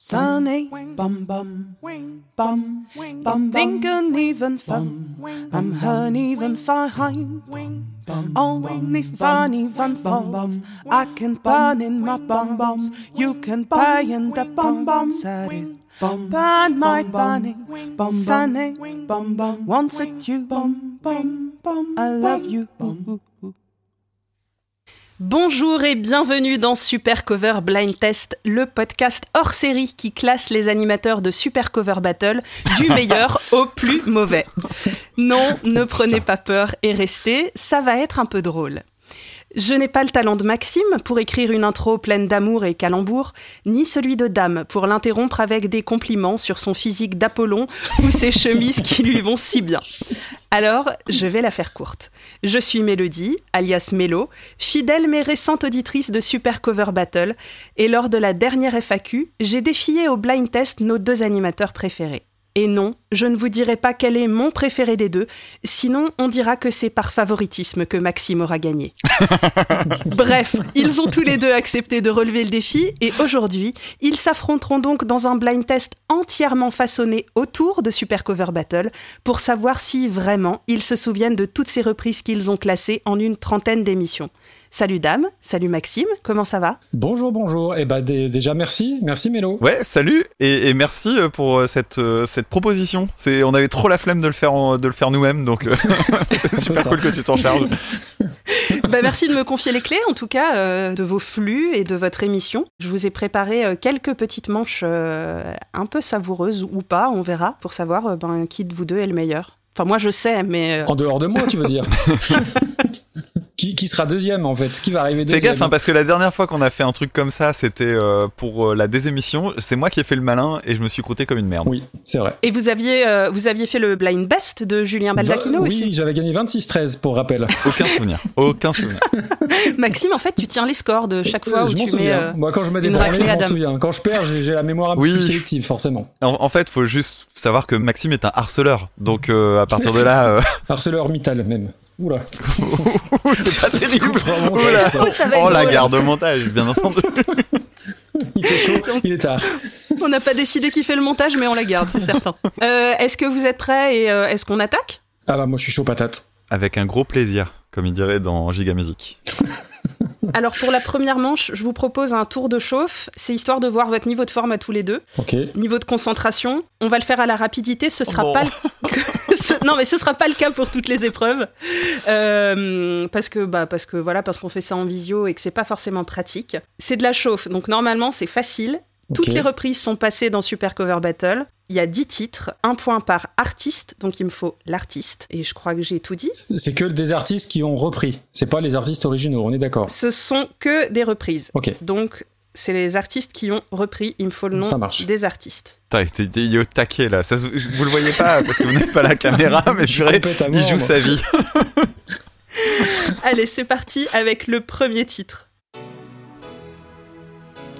Sunny, bum bum, bum, bum, thinking even fun. I'm hun even fine. Only fun even falls. I can burn in my bum bums. You can buy in the bum bum setting. Bum, burn my bunny, bum, sunny, bum, bum, once at you, bum, bum, bum, I love you, bum, Bonjour et bienvenue dans Super Cover Blind Test, le podcast hors série qui classe les animateurs de Super Cover Battle du meilleur au plus mauvais. Non, ne prenez pas peur et restez, ça va être un peu drôle. Je n'ai pas le talent de Maxime pour écrire une intro pleine d'amour et calembour, ni celui de Dame pour l'interrompre avec des compliments sur son physique d'Apollon ou ses chemises qui lui vont si bien. Alors, je vais la faire courte. Je suis Mélodie, alias Mélo, fidèle mais récente auditrice de Super Cover Battle, et lors de la dernière FAQ, j'ai défié au blind test nos deux animateurs préférés. Et non, je ne vous dirai pas quel est mon préféré des deux, sinon on dira que c'est par favoritisme que Maxime aura gagné. Bref, ils ont tous les deux accepté de relever le défi et aujourd'hui, ils s'affronteront donc dans un blind test entièrement façonné autour de Super Cover Battle pour savoir si vraiment ils se souviennent de toutes ces reprises qu'ils ont classées en une trentaine d'émissions. Salut Dame, salut Maxime, comment ça va Bonjour, bonjour. Et bah dé- déjà merci, merci Mélo. Ouais, salut et, et merci euh, pour euh, cette, euh, cette proposition. C'est, on avait trop la flemme de le faire, en- de le faire nous-mêmes, donc euh, c'est un peu super ça. cool que tu t'en charges. Bah, merci de me confier les clés, en tout cas, euh, de vos flux et de votre émission. Je vous ai préparé euh, quelques petites manches euh, un peu savoureuses ou pas, on verra, pour savoir euh, ben, qui de vous deux est le meilleur. Enfin, moi, je sais, mais... euh, En dehors de moi, tu veux dire qui, qui sera deuxième en fait Qui va arriver Fais deuxième gaffe, hein, parce que la dernière fois qu'on a fait un truc comme ça, c'était euh, pour euh, la désémission. C'est moi qui ai fait le malin et je me suis croûté comme une merde. Oui, c'est vrai. Et vous aviez, euh, vous aviez fait le blind best de Julien Baldacchino Va- Bah, oui, aussi. j'avais gagné 26-13 pour rappel. Aucun souvenir. Aucun souvenir. Maxime, en fait, tu tiens les scores de chaque fois Euh, où je m'en tu mets... souviens. euh, Moi, quand je mets des une branlées, raclée je à m'en dame. souviens. Quand je perds, j'ai j'ai la mémoire un peu Oui. plus sélective, forcément. En, en fait, faut juste savoir que Maxime est un harceleur. Donc euh, à partir de là, euh, Harceleur Mittal, même. Oula. Ah, c'est pas Ça, tu terrible. couperas mon Oh là. texte. Oh, ça va être Oh la drôle. garde au montage, bien entendu. Il fait chaud, il est tard. On n'a pas décidé qui fait le montage, mais on la garde, c'est certain. Euh, est-ce que vous êtes prêts et euh, est-ce qu'on attaque Ah bah, moi, je suis chaud patate. Avec un gros plaisir, comme il dirait dans Giga Music. Alors, pour la première manche, je vous propose un tour de chauffe. C'est histoire de voir votre niveau de forme à tous les deux. Ok. niveau de concentration. On va le faire à la rapidité. Ce sera Oh non. pas. Le... ce- Non, mais ce sera pas le cas pour toutes les épreuves, Euh, parce que bah parce que voilà parce qu'on fait ça en visio et que c'est pas forcément pratique. C'est de la chauffe, donc normalement c'est facile. Toutes Ok. les reprises sont passées dans Super Cover Battle. Il y a 10 titres, un point par artiste, donc il me faut l'artiste. Et je crois que j'ai tout dit. C'est que des artistes qui ont repris. C'est pas les artistes originaux, on est d'accord. Ce sont que des reprises. Ok. Donc c'est les artistes qui ont repris, il me faut le nom Ça marche. des artistes. Putain, il était- il est au taquet là. Ça se- vous le voyez pas parce que vous n'avez pas la caméra, mais Je purée, complète à il mort, joue moi. sa vie. Allez, c'est parti avec le premier titre.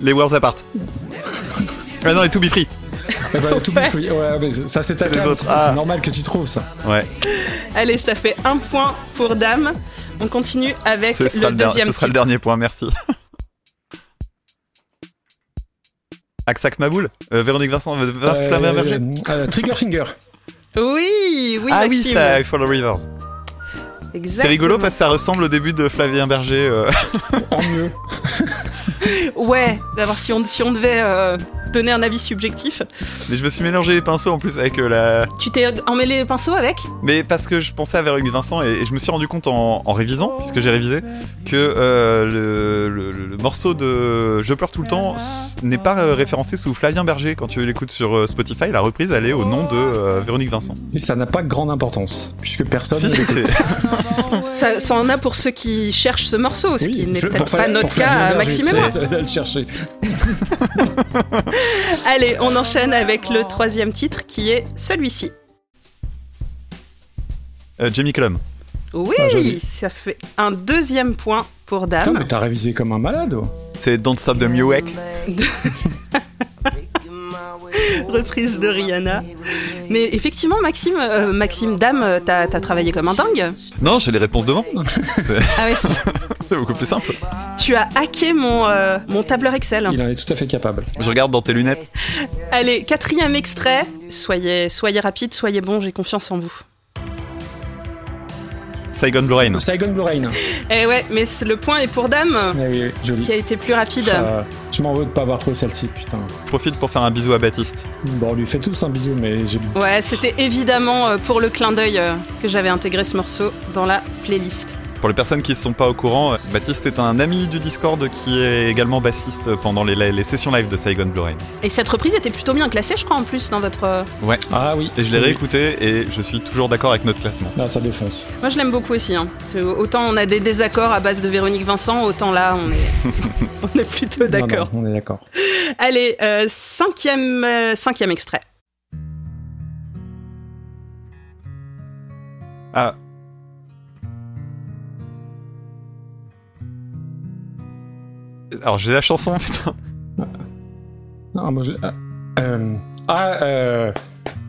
Les Wars Apart. Ah non, les To Be Free. Eh bah, tout bouche, oui. Ouais, mais ça, c'est ta C'est les cam, autres. C'est Ah. c'est normal que tu trouves ça. Ouais, Allez, ça fait un point pour Dame. On continue avec ce le sera, le, der- deuxième ce sera le titre. dernier point, merci. Aksak Maboul Euh, Véronique Vincent, Vincent Euh, Flammer-Berger euh, Trigger Finger. Oui, oui, Ah oui, Maxime. ça, I Follow Rivers. C'est Exactement. rigolo parce que ça ressemble au début de Flavien Berger. euh. En mieux. Ouais, d'avoir si on, si on devait euh, donner un avis subjectif. Mais je me suis mélangé les pinceaux en plus avec euh, la. Tu t'es emmêlé les pinceaux avec Mais parce que je pensais à Véronique Vincent et, et je me suis rendu compte en, en révisant, puisque j'ai révisé, que euh, le, le- le morceau de Je pleure tout le temps s- n'est pas euh, référencé sous Flavien Berger. Quand tu l'écoutes sur euh, Spotify, la reprise elle est au nom de euh, Véronique Vincent. Et ça n'a pas grande importance, puisque personne. Si, si, c'est- Ah, ça, ça en a pour ceux qui cherchent ce morceau, ce Oui, qui n'est Fla- peut-être pour pas Flavien- notre pour cas Ah Flavien à Berger, Maxime et c'est- moi. ça va le chercher. Allez, on enchaîne avec le troisième titre qui est celui-ci. Euh, Jamie Cullum. Oui, Ah, joli. ça fait un deuxième point pour Putain, Dame. mais t'as révisé comme un malade. oh. C'est Don't Stop the Music. reprise de Rihanna. Mais effectivement, Maxime, euh, Maxime Dame, euh, t'as t'as travaillé comme un dingue. Non, j'ai les réponses devant. Ah ouais, c'est- C'est beaucoup plus simple. tu as hacké mon, euh, mon tableur Excel. Il en est tout à fait capable. Je regarde dans tes lunettes. Allez, quatrième extrait. Soyez, soyez rapide, soyez bon, j'ai confiance en vous. Saigon Blue Rain. Saigon Blue Rain. Eh ouais, mais c'est- le point est pour Dame, Eh oui, oui, joli. qui a été plus rapide. Ah, je m'en veux de pas avoir trouvé celle-ci, putain. Je profite pour faire un bisou à Baptiste. Bon, on lui fait tous un bisou, mais j'ai lu. Ouais, c'était évidemment euh, pour le clin d'œil euh, que j'avais intégré ce morceau dans la playlist. Pour les personnes qui ne sont pas au courant, euh, Baptiste est un ami du Discord qui est également bassiste pendant les, les sessions live de Saigon Blue Rain. Et cette reprise était plutôt bien classée, je crois, en plus, dans votre. euh, Ouais. Ah oui. Et je l'ai Oui. réécouté et je suis toujours d'accord avec notre classement. Ah, ça défonce. Moi, je l'aime beaucoup aussi. hein. C'est- Autant on a des désaccords à base de Véronique Vincent, autant là, on est, on est plutôt Non, non, d'accord. on est d'accord. Allez, euh, cinquième, euh, cinquième extrait. Ah. Alors j'ai la chanson, putain. Ah, moi, je... Ah, euh... ah, euh...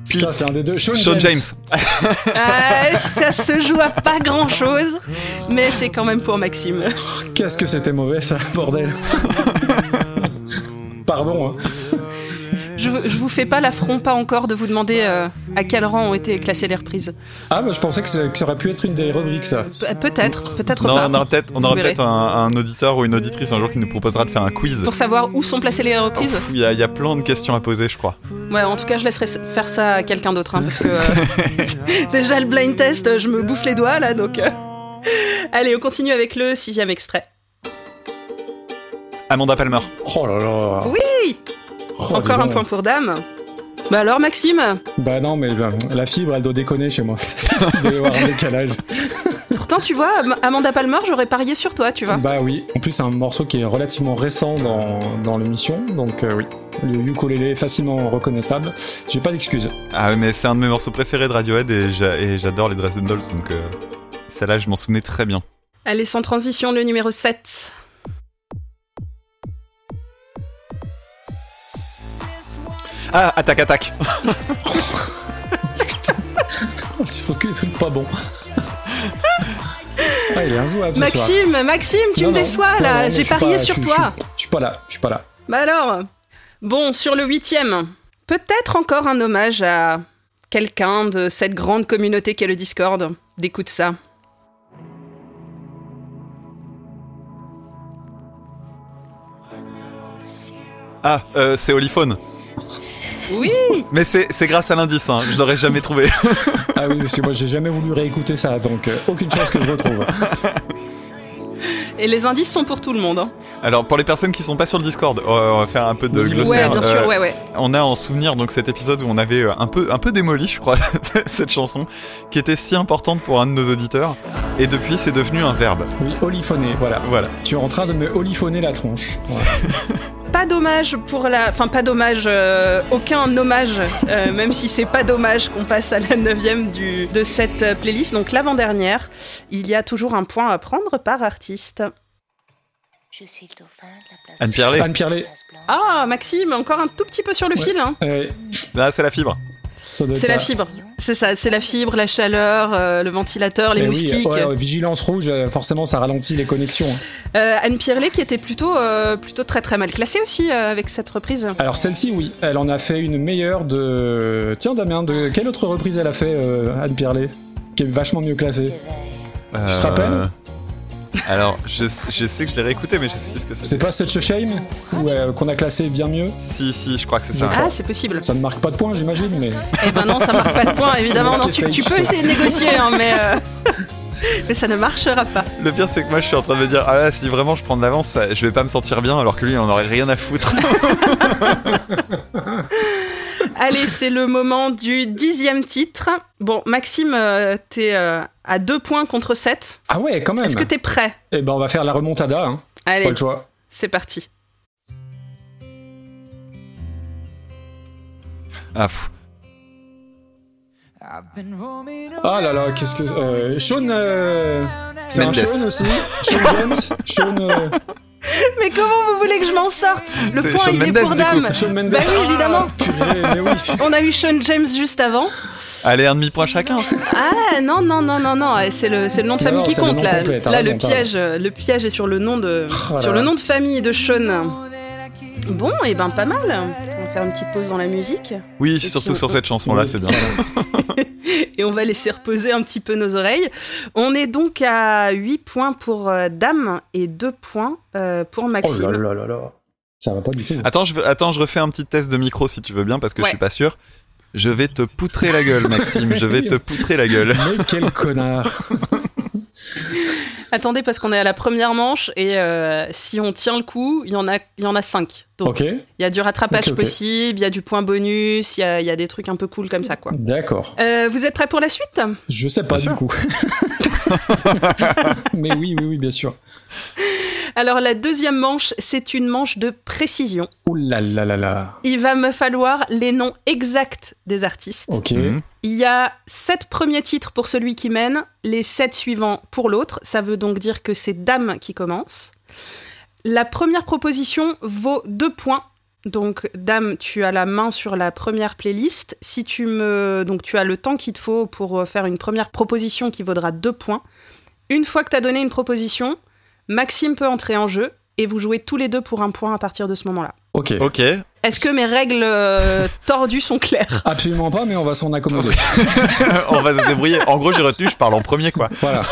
Putain, c'est un des deux. Sean, Sean James. Ah, ça se joue à pas grand chose, mais c'est quand même pour Maxime. Qu'est-ce que c'était mauvais, ça, bordel. Pardon, hein. Je, je vous fais pas l'affront, pas encore, de vous demander euh, à quel rang ont été classées les reprises. Ah, bah, je pensais que, c'est- que ça aurait pu être une des rubriques, ça. Pe- peut-être, peut-être Non, pas. on aura peut-être on Vous aura verrez. peut-être un, un auditeur ou une auditrice un jour qui nous proposera de faire un quiz. Pour savoir où sont placées les reprises. Ouf, Il y, a- il y a plein de questions à poser, je crois. Ouais, en tout cas, je laisserai s- faire ça à quelqu'un d'autre, hein, parce que euh, déjà le blind test, euh, je me bouffe les doigts là, donc. euh. Allez, on continue avec le sixième extrait. Amanda Palmer. Oh là là. Oui Oh, dis Encore un donc. point pour Dame. Bah alors, Maxime, Bah non, mais euh, la fibre, elle doit déconner chez moi. Il doit y avoir un décalage. pourtant tu vois, Am- Amanda Palmer, j'aurais parié sur toi, tu vois. Bah oui. En plus, c'est un morceau qui est relativement récent dans, dans l'émission. Donc euh, oui, le ukulélé est facilement reconnaissable. J'ai pas d'excuses. Ah oui, mais c'est un de mes morceaux préférés de Radiohead et j'a- et j'adore les Dresden Dolls, donc euh, celle-là je m'en souvenais très bien. Allez, sans transition, le numéro 7. Ah, attaque, attaque. Ah, Tu trouves que des trucs pas bons. ah, il est injouable ce soir. Maxime, Maxime, tu Non, me non. déçois Non, non, là, mais je j'ai suis parié pas- sur je suis- toi. Je, suis- je suis pas là, je suis pas là. Bah alors Bon, sur le huitième, peut-être encore un hommage à quelqu'un de cette grande communauté qu'est le Discord. D'écoute ça. Ah, euh, c'est Oliphone. Oui Mais c'est c'est grâce à l'indice, hein, je l'aurais jamais trouvé. Ah oui, parce que moi j'ai jamais voulu réécouter ça, donc euh, aucune chance que je retrouve. Et les indices sont pour tout le monde. hein. Alors pour les personnes qui sont pas sur le Discord, euh, on va faire un peu de Ouais, Ouais, glossaire. bien Euh, sûr, ouais, ouais. On a en souvenir donc cet épisode où on avait euh, un peu, un peu démoli, je crois, cette chanson, qui était si importante pour un de nos auditeurs. Et depuis, c'est devenu un verbe. Oui, oliphoné, voilà. Voilà. Tu es en train de me oliphoner la tronche. Voilà. Pas dommage pour la. Enfin, pas dommage, euh, aucun hommage, euh, même si c'est pas dommage qu'on passe à la neuvième du, de cette euh, playlist, donc l'avant-dernière. Il y a toujours un point à prendre par artiste. Je suis le dauphin de la place. Anne Pierlet. Anne Pierlet. Place Blanche. Ah, Maxime, encore un tout petit peu sur le Ouais. fil, hein. Euh, Là, c'est la fibre. ça doit être C'est la ça. fibre. C'est ça, c'est la fibre, la chaleur, euh, le ventilateur, les Eh oui, moustiques. ouais, ouais, vigilance rouge, euh, forcément, ça ralentit les connexions. hein. Euh, Anne Pierlet qui était plutôt, euh, plutôt très très mal classée aussi euh, avec cette reprise. Alors celle-ci, oui, elle en a fait une meilleure de. Tiens, Damien, de quelle autre reprise elle a fait euh, Anne Pierlet, qui est vachement mieux classée Euh, te rappelles Alors, je, je sais que je l'ai réécouté, mais je sais plus ce que c'est. C'est pas Such a Shame ou, euh, qu'on a classé bien mieux. Si, si, je crois que c'est Je ça. crois. Ah, c'est possible. Ça ne marque pas de points, j'imagine, mais Eh ben non, ça marque pas de point évidemment. Le mec Non, tu, essaye, tu tu peux sais. essayer de négocier, hein, mais, euh, mais ça ne marchera pas. Le pire, c'est que moi, je suis en train de me dire, ah là, si vraiment je prends de l'avance, ça- je vais pas me sentir bien, alors que lui, il en aurait rien à foutre. Allez, c'est le moment du dixième titre. Bon, Maxime, euh, t'es euh, à deux points contre 7. ah ouais, quand même. Est-ce que t'es prêt Eh ben, on va faire la remontada. Hein. Pas Allez, le choix. c'est parti. ah, pff. Ah là là, qu'est-ce que euh, Sean. euh, C'est un Mendes. Sean aussi. Sean James. Sean. euh, Mais comment vous voulez que je m'en sorte Le C'est point, Shawn il est Mendes, pour du coup. dame. Shawn Mendes. Bah oui, évidemment. Ah, purée, mais oui. On a eu Sean James juste avant. Allez, un demi-point chacun. Ah non, non, non, non, non, eh, c'est le, c'est le nom de Non, famille qui c'est le compte nom là. complet, t'as là, raison, le pardon. piège, euh, le piège est sur le nom de, Oh là sur le là. nom de famille de Sean. Bon, et ben pas mal. On va faire une petite pause dans la musique Oui, puis surtout on- sur cette chanson-là, Oui. c'est bien. et on va laisser reposer un petit peu nos oreilles. On est donc à 8 points pour euh, Dame et 2 points euh, pour Oh là Maxime. là là là. Ça va pas du tout. Attends je, veux- attends, je refais un petit test de micro si tu veux bien, parce que Ouais. je suis pas sûr. Je vais te poutrer la gueule, Maxime. Je vais te poutrer la gueule. Mais quel connard. Attendez, parce qu'on est à la première manche et euh, si on tient le coup, il y en a, il y en a 5. Donc Ok, il y a du rattrapage Ok, ok. possible, il y a du point bonus, il y a, il y a des trucs un peu cool comme ça quoi. d'accord. Euh, vous êtes prêts pour la suite Je sais pas Bien du sûr. coup. Mais oui, oui, oui, bien sûr. Alors la deuxième manche, c'est une manche de précision. Ouh là là là là. Il va me falloir les noms exacts des artistes. Ok. Mhm. Il y a sept premiers titres pour celui qui mène, les sept suivants pour l'autre. Ça veut donc dire que c'est Dame qui commence. La première proposition vaut deux points. Donc Dame, tu as la main sur la première playlist. Si tu me, donc tu as le temps qu'il te faut pour euh, faire une première proposition qui vaudra deux points. Une fois que tu as donné une proposition, Maxime peut entrer en jeu et vous jouez tous les deux pour un point à partir de ce moment-là. Ok. Ok. Est-ce que mes règles euh, tordues sont claires Absolument pas, mais on va s'en accommoder. On va se débrouiller. En gros, j'ai retenu, je parle en premier, quoi. Voilà.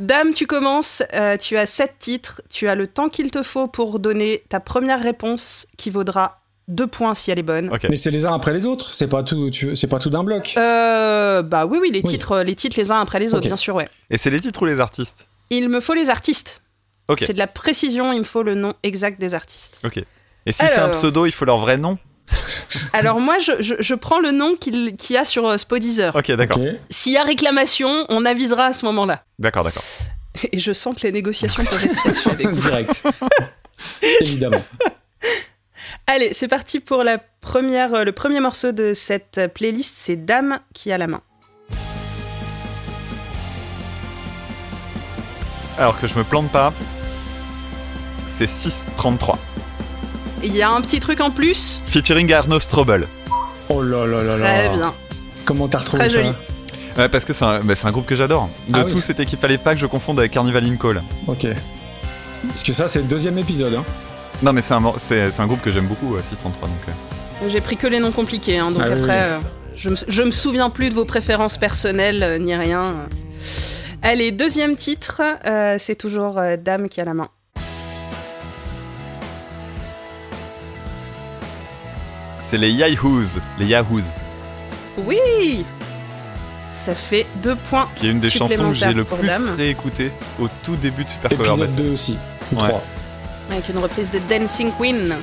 Dame, tu commences, euh, tu as sept titres, tu as le temps qu'il te faut pour donner ta première réponse qui vaudra deux points si elle est bonne. Ok. Mais c'est les uns après les autres. C'est pas tout. tu- C'est pas tout d'un bloc. Euh, bah oui, oui, les, Oui. Titres, les titres les uns après les autres, Ok. bien sûr, ouais. Et c'est les titres ou les artistes Il me faut les artistes. Ok. C'est de la précision, il me faut le nom exact des artistes. Et si c'est un Alors. pseudo, il faut leur vrai nom Alors moi, je, je- je prends le nom qu'il qu'il y a sur euh, Spodizer. Ok, d'accord. Ok. S'il y a réclamation, on avisera à ce moment-là. D'accord, d'accord. Et je sens que les négociations peuvent être sèches avec vous. Direct. Évidemment. Allez, c'est parti pour la première, euh, le premier morceau de cette euh, playlist, c'est Dame qui a la main. Alors que je me plante pas, c'est 6.33. Il y a un petit truc en plus. Featuring Arnaud Strobel. Oh là là là là. Très bien. Comment t'as retrouvé Très ça joli. Ouais, parce que c'est un, bah, c'est un groupe que j'adore. De Ah tout, oui. c'était qu'il fallait pas que je confonde avec Carnival In Call. Ok. Parce que ça, c'est le deuxième épisode. Hein. Non, mais c'est un, mor- c'est c'est un groupe que j'aime beaucoup, euh, 633. Donc, euh. J'ai pris que les noms compliqués, hein, donc Ah oui, après, oui. euh, je, me, je me souviens plus de vos préférences personnelles euh, ni rien. Allez, deuxième titre, euh, c'est toujours euh, Dame qui a la main. C'est les Yahoos. Les Yahoos. Oui Ça fait deux points. qui est une des chansons que j'ai le Supplémentaire pour plus Dame. réécoutée au tout début de Super Cover Épisode Battle. 2 aussi. Ou Ouais. 3. Avec une reprise de Dancing Queen.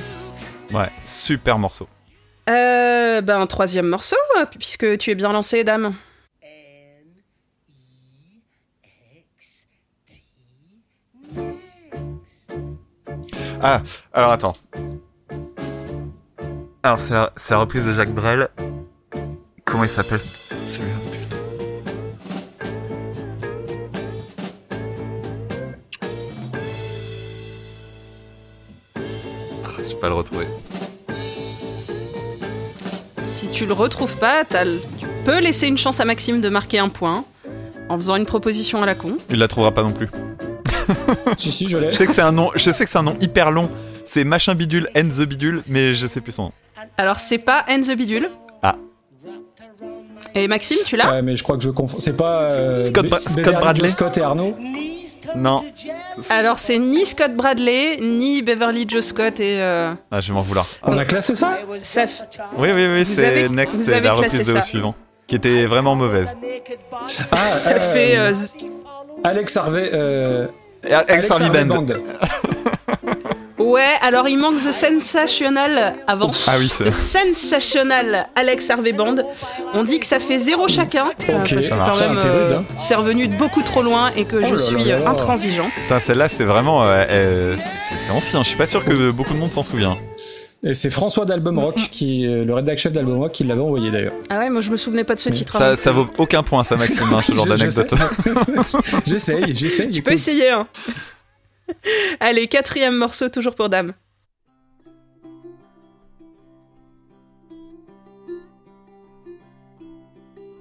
Ouais, super morceau. Euh, ben, troisième morceau, euh, puisque tu es bien lancé, Dame. N I X T next. Ah, alors attends. Alors c'est la, c'est la reprise de Jacques Brel. Comment il s'appelle celui-là putain. Ah, Je vais pas le retrouver. Si tu le retrouves pas, t'as le- tu peux laisser une chance à Maxime de marquer un point en faisant une proposition à la con. Il la trouvera pas non plus. Si, si, je l'ai. Je sais que c'est un nom, je sais que c'est un nom hyper long. C'est machin bidule and the bidule, mais je sais plus son nom. Alors, c'est pas N the Bidule. Ah. Et Maxime, tu l'as Ouais, mais je crois que je confonds. C'est pas. euh, Scott Be- Bra- Scott Beverly Joe Bradley Scott et Arnaud. Knees turn Non. to jealous. Alors, c'est ni Scott Bradley, ni Beverly Joe Scott et. euh, Ah, je vais m'en vouloir. On a classé ça I was Ça- just a child. Oui, oui, oui, avez- c'est Next, vous c'est avez la classé reprise de ça. au suivant, qui était vraiment mauvaise. A naked body Ah, ça euh, fait. euh, z- follow Alex Harvey. euh, Et Alex Harvey Harvey Band. Ouais, alors il manque The Sensational avant. Ah oui, The c'est- Sensational Alex Harvey Band. On dit que ça fait zéro chacun. euh, Ok, parce que ça quand marche. même, euh, Putain, t'es rude, hein. c'est revenu de beaucoup trop loin et que Oh je là là suis là là. intransigeante. Putain, celle-là, c'est vraiment. euh, euh, c'est c'est ancien, je suis pas sûr que beaucoup de monde s'en souvient. Et c'est François d'Album Rock, qui, euh, le rédacteur chef d'Album Rock, qui l'avait envoyé d'ailleurs. Ah ouais, moi je me souvenais pas de ce titre. Ça, ça vaut aucun point, ça, Maxime, hein, ce genre Je- je d'anecdote. sais. J'essaye, j'essaye. Tu écoute. peux essayer, hein. Allez, quatrième morceau, toujours pour Dame.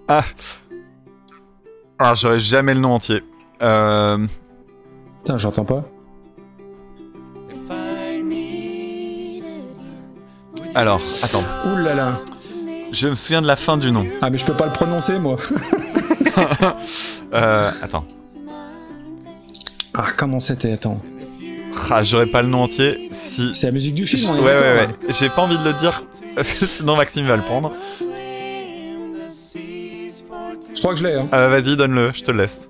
Ah. Ah, j'aurais jamais le nom entier. Euh, Putain, j'entends pas. alors, attends. Ouh là là. Je me souviens de la fin du nom. Ah, mais je peux pas le prononcer, moi. Euh, attends. Ah, comment c'était Attends. Ah, j'aurais pas le nom entier si. C'est la musique du film, Ouais, on est ouais, d'accord, ouais. là. J'ai pas envie de le dire. parce que Sinon, Maxime va le prendre. Je crois que je l'ai. Hein. Euh, Vas-y, donne-le, je te le laisse.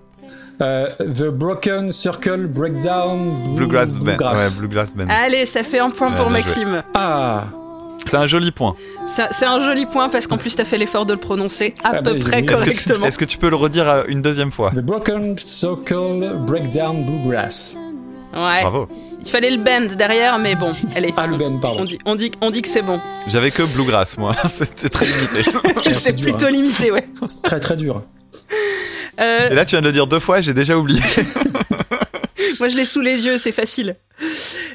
Euh, The Broken Circle Breakdown Blue- Bluegrass Band. Bluegrass. Ouais, Bluegrass Ben. Band. Allez, ça fait un point Ouais, pour bien Maxime. Ah, C'est un joli point. Ça- C'est un joli point parce qu'en plus, t'as fait l'effort de le prononcer à Ah peu près bah, j'ai- est-ce Est-ce que tu- correctement. Est-ce que tu peux le redire euh, une deuxième fois The Broken Circle Breakdown Bluegrass. Ouais. Bravo. Il fallait le bend derrière, mais bon, allez. Ah, le Ben, On pardon. dit, on dit, on dit que c'est bon. J'avais que Bluegrass, moi. C'était très limité. Ah, c'est dur, plutôt hein. limité, ouais. C'est très très dur. Euh, Et là, tu viens de le dire deux fois, j'ai déjà oublié. moi, je l'ai sous les yeux, c'est facile.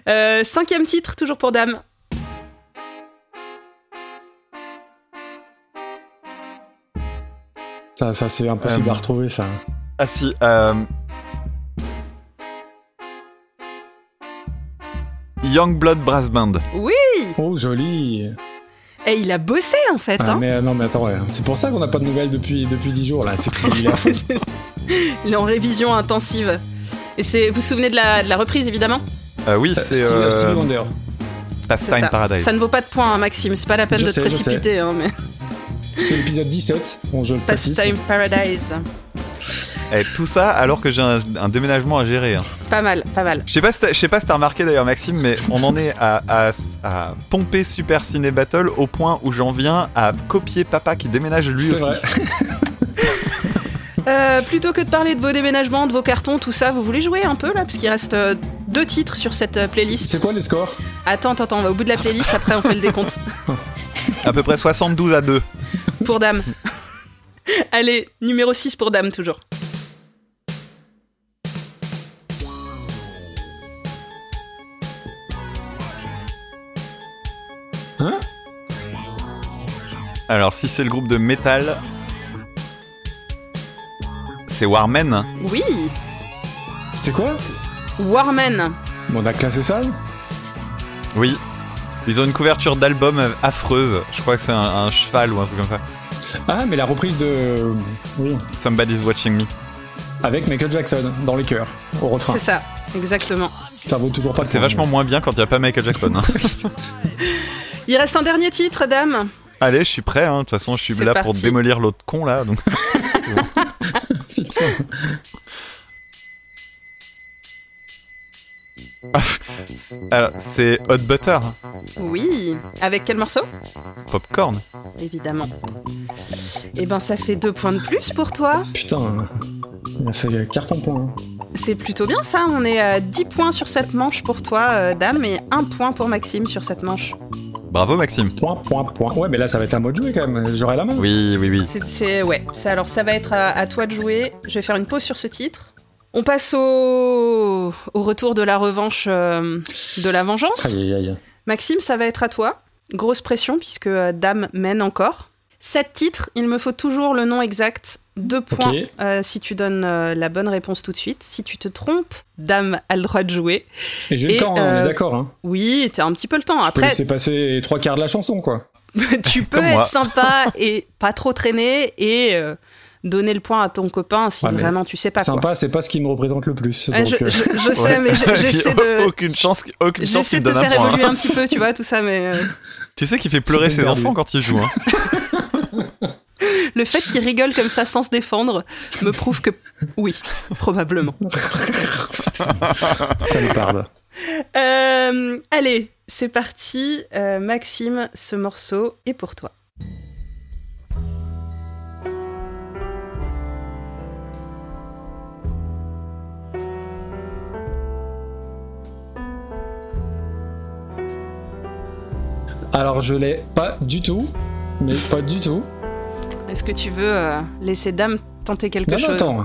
Euh, cinquième titre, toujours pour Dame. Ça, ça c'est impossible Euh, à retrouver, ça. Ah si, euh... Youngblood Brass Band. Oui Oh, joli. Et Eh, il a bossé, en fait. Ah, hein. mais, euh, non, mais attends, ouais. c'est pour ça qu'on n'a pas de nouvelles depuis, depuis 10 jours, là. C'est qu'il est à fond. Il est en révision intensive. Et c'est, vous vous souvenez de la, de la reprise, évidemment Euh, oui, c'est Steve- euh, Stevie Wonder. C'est Pastime ça. Paradise. Ça ne vaut pas de points, hein, Maxime. C'est pas la peine Je de sais, te je sais. précipiter. Hein, mais... C'était l'épisode 17. Bon, je le précise. Pastime Paradise. Et Eh, tout ça alors que j'ai un, un déménagement à gérer. hein. Pas mal, pas mal. Je sais pas si t'as- je sais pas si t'as remarqué d'ailleurs Maxime, mais on en est à, à- à pomper Super Ciné Battle au point où j'en viens à copier papa qui déménage lui C'est aussi. vrai. Euh, plutôt que de parler de vos déménagements, de vos cartons, tout ça, vous voulez jouer un peu là Puisqu'il reste euh, deux titres sur cette euh, playlist. C'est quoi les scores Attends, attends, attends, on va au bout de la playlist, après on fait le décompte. À peu près 72 à 2. Pour Dame. Allez, numéro 6 pour Dame toujours. Hein Alors si c'est le groupe de métal, c'est Warmen. Oui C'était quoi Warman. Bon, On a classé ça Oui. Ils ont une couverture d'album affreuse. Je crois que c'est un, un cheval ou un truc comme ça. Ah, mais la reprise de. Oui. Somebody's watching me. Avec Michael Jackson dans les chœurs, au refrain. C'est ça, exactement. Ça vaut toujours Ah, pas le C'est point, vachement moins bien quand il n'y a pas Michael Jackson. hein. Il reste un dernier titre, Dame. Allez, je suis prêt. hein. De toute façon, je suis C'est là pour parti. démolir l'autre con là. Donc... mais- Putain. Alors, c'est Hot Butter, hein. Oui. Avec quel morceau Popcorn. Évidemment. Eh ben, ça fait deux points de plus pour toi. Putain. Il a fait carton point. hein. C'est plutôt bien ça. On est à 10 points sur cette manche pour toi, euh, Dame, et un point pour Maxime sur cette manche. Bravo Maxime. Point, point, point. Ouais, mais là, ça va être un mode jouer quand même. J'aurai la main. Oui, oui, oui. C'est- C'est ouais. Ça, alors ça va être à, à toi de jouer. Je vais faire une pause sur ce titre. On passe au, au retour de la revanche, euh, de la vengeance. Aïe, aïe, aïe. Maxime, ça va être à toi. Grosse pression puisque euh, Dame mène encore. Sept titres, il me faut toujours le nom exact. Deux points Ok. euh, si tu donnes euh, la bonne réponse tout de suite. Si tu te trompes, Dame a le droit de jouer. Et j'ai Et, le temps, hein, on euh, est d'accord. Hein. Oui, t'as un petit peu le temps. Je peux Après, laisser passer les trois quarts de la chanson, quoi. tu peux Comme moi. être sympa et pas trop traîner et euh, donner le point à ton copain si Ouais, mais vraiment tu sais pas. quoi. Sympa, c'est pas ce qui me représente le plus. Ah, donc, je, euh, je- je sais, Ouais. mais je- j'essaie J'ai de. Aucune chance, aucune chance J'essaie qu'il de me te donne un faire point. hein. évoluer un petit peu, tu vois, tout ça, mais euh, Tu sais qu'il fait pleurer C'est ses perdu. enfants quand il joue. hein. le fait qu'il rigole comme ça sans se défendre me prouve que oui, probablement. Ça me parle. Euh, allez, c'est parti. Euh, Maxime, ce morceau est pour toi. Alors, je l'ai pas du tout. Mais pas du tout. Est-ce que tu veux euh, laisser Dame tenter quelque Non, non, chose attends.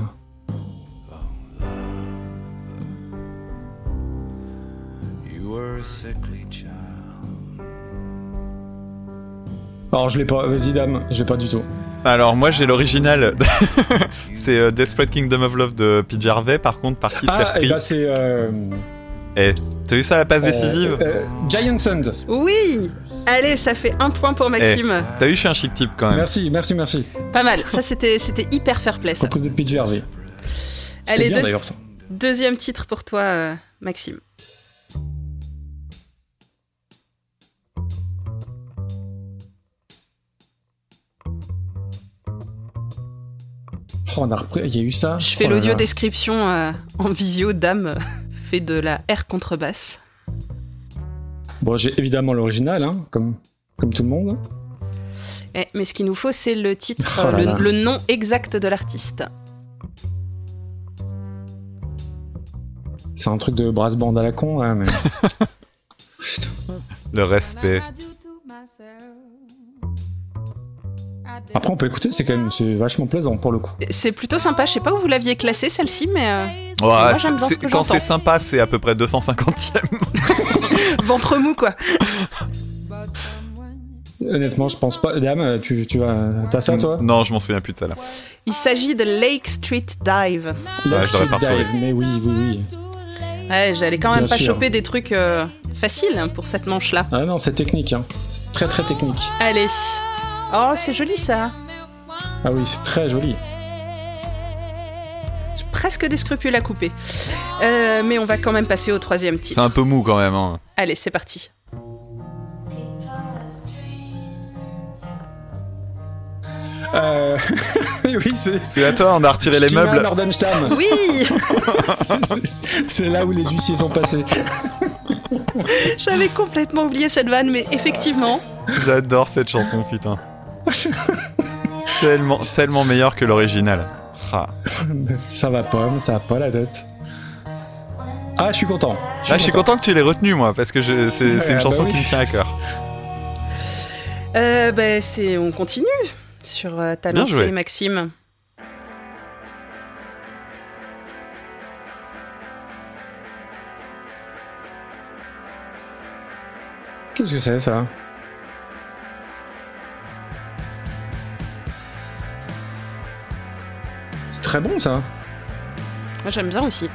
You were a sickly child. Alors, je l'ai pas. Vas-y, dame, je l'ai pas du tout. Bah, Alors moi j'ai l'original, c'est euh, Desperate Kingdom of Love de Pete Harvey. Par contre, par qui c'est Ah, et repris bah c'est. euh, Eh, t'as vu ça la passe euh, décisive euh, Giant Sand. Oui Allez, ça fait un point Eh. pour Maxime. T'as vu, je suis un chic type quand même. Merci, merci, merci. Pas mal. Ça, c'était c'était hyper fair play. ça. Composé de PJ Harvey. Allez, C'était bien deux- d'ailleurs ça. Deuxième titre pour toi, euh, Maxime. Oh, on a repris- il y a eu ça. Je fais Oh là l'audio là. description euh, en visio. Dame euh, fait de la R contrebasse. Bon, j'ai évidemment l'original, hein, comme, comme tout le monde. Eh, mais ce qu'il nous faut, c'est le titre, Oh euh, là le, là. le nom exact de l'artiste. C'est un truc de brass band à la con, là, mais. Le respect. Après, on peut écouter, c'est quand même c'est vachement plaisant pour le coup. C'est plutôt sympa. Je sais pas où vous l'aviez classée celle-ci, mais euh, Ouais, Moi, c'est- j'aime bien ce c'est- que quand c'est j'entends. sympa, c'est à peu près 250e. euh, ventre mou quoi. Honnêtement, je pense pas. Dame, tu, tu vas. T'as ça, toi Non, je m'en souviens plus de ça là. Il s'agit de Lake Street Dive. Là, je l'aurais pas retrouvé. mais oui, oui, oui. Ouais, j'allais quand même Bien pas sûr. choper des trucs euh, faciles hein, pour cette manche-là. Ah non, c'est technique, hein. C'est très très technique. Allez. Oh, c'est joli ça. Ah oui, c'est très joli. J'ai presque des scrupules à couper. Euh, mais on va quand même passer au troisième C'est titre. un peu mou quand même. hein. Allez, c'est parti. Euh... oui, c'est. Parce que là, toi, on a retiré les Gina meubles. Nordenstam. Oui C'est- c'est c'est là où les huissiers sont passés. J'avais complètement oublié cette vanne, mais effectivement. J'adore cette chanson, putain. tellement, tellement meilleur que l'original. Ah, Ça va pas, mais ça va pas la tête. Ah, je suis content. Là, je suis content que tu l'aies retenu, moi, parce que je- c'est c'est Ah, une bah chanson oui. qui me tient à cœur. Euh, ben, c'est... On continue sur euh, ta Bien lancée, joué. Maxime. Qu'est-ce que c'est ça C'est très bon ça. Moi, j'aime bien aussi.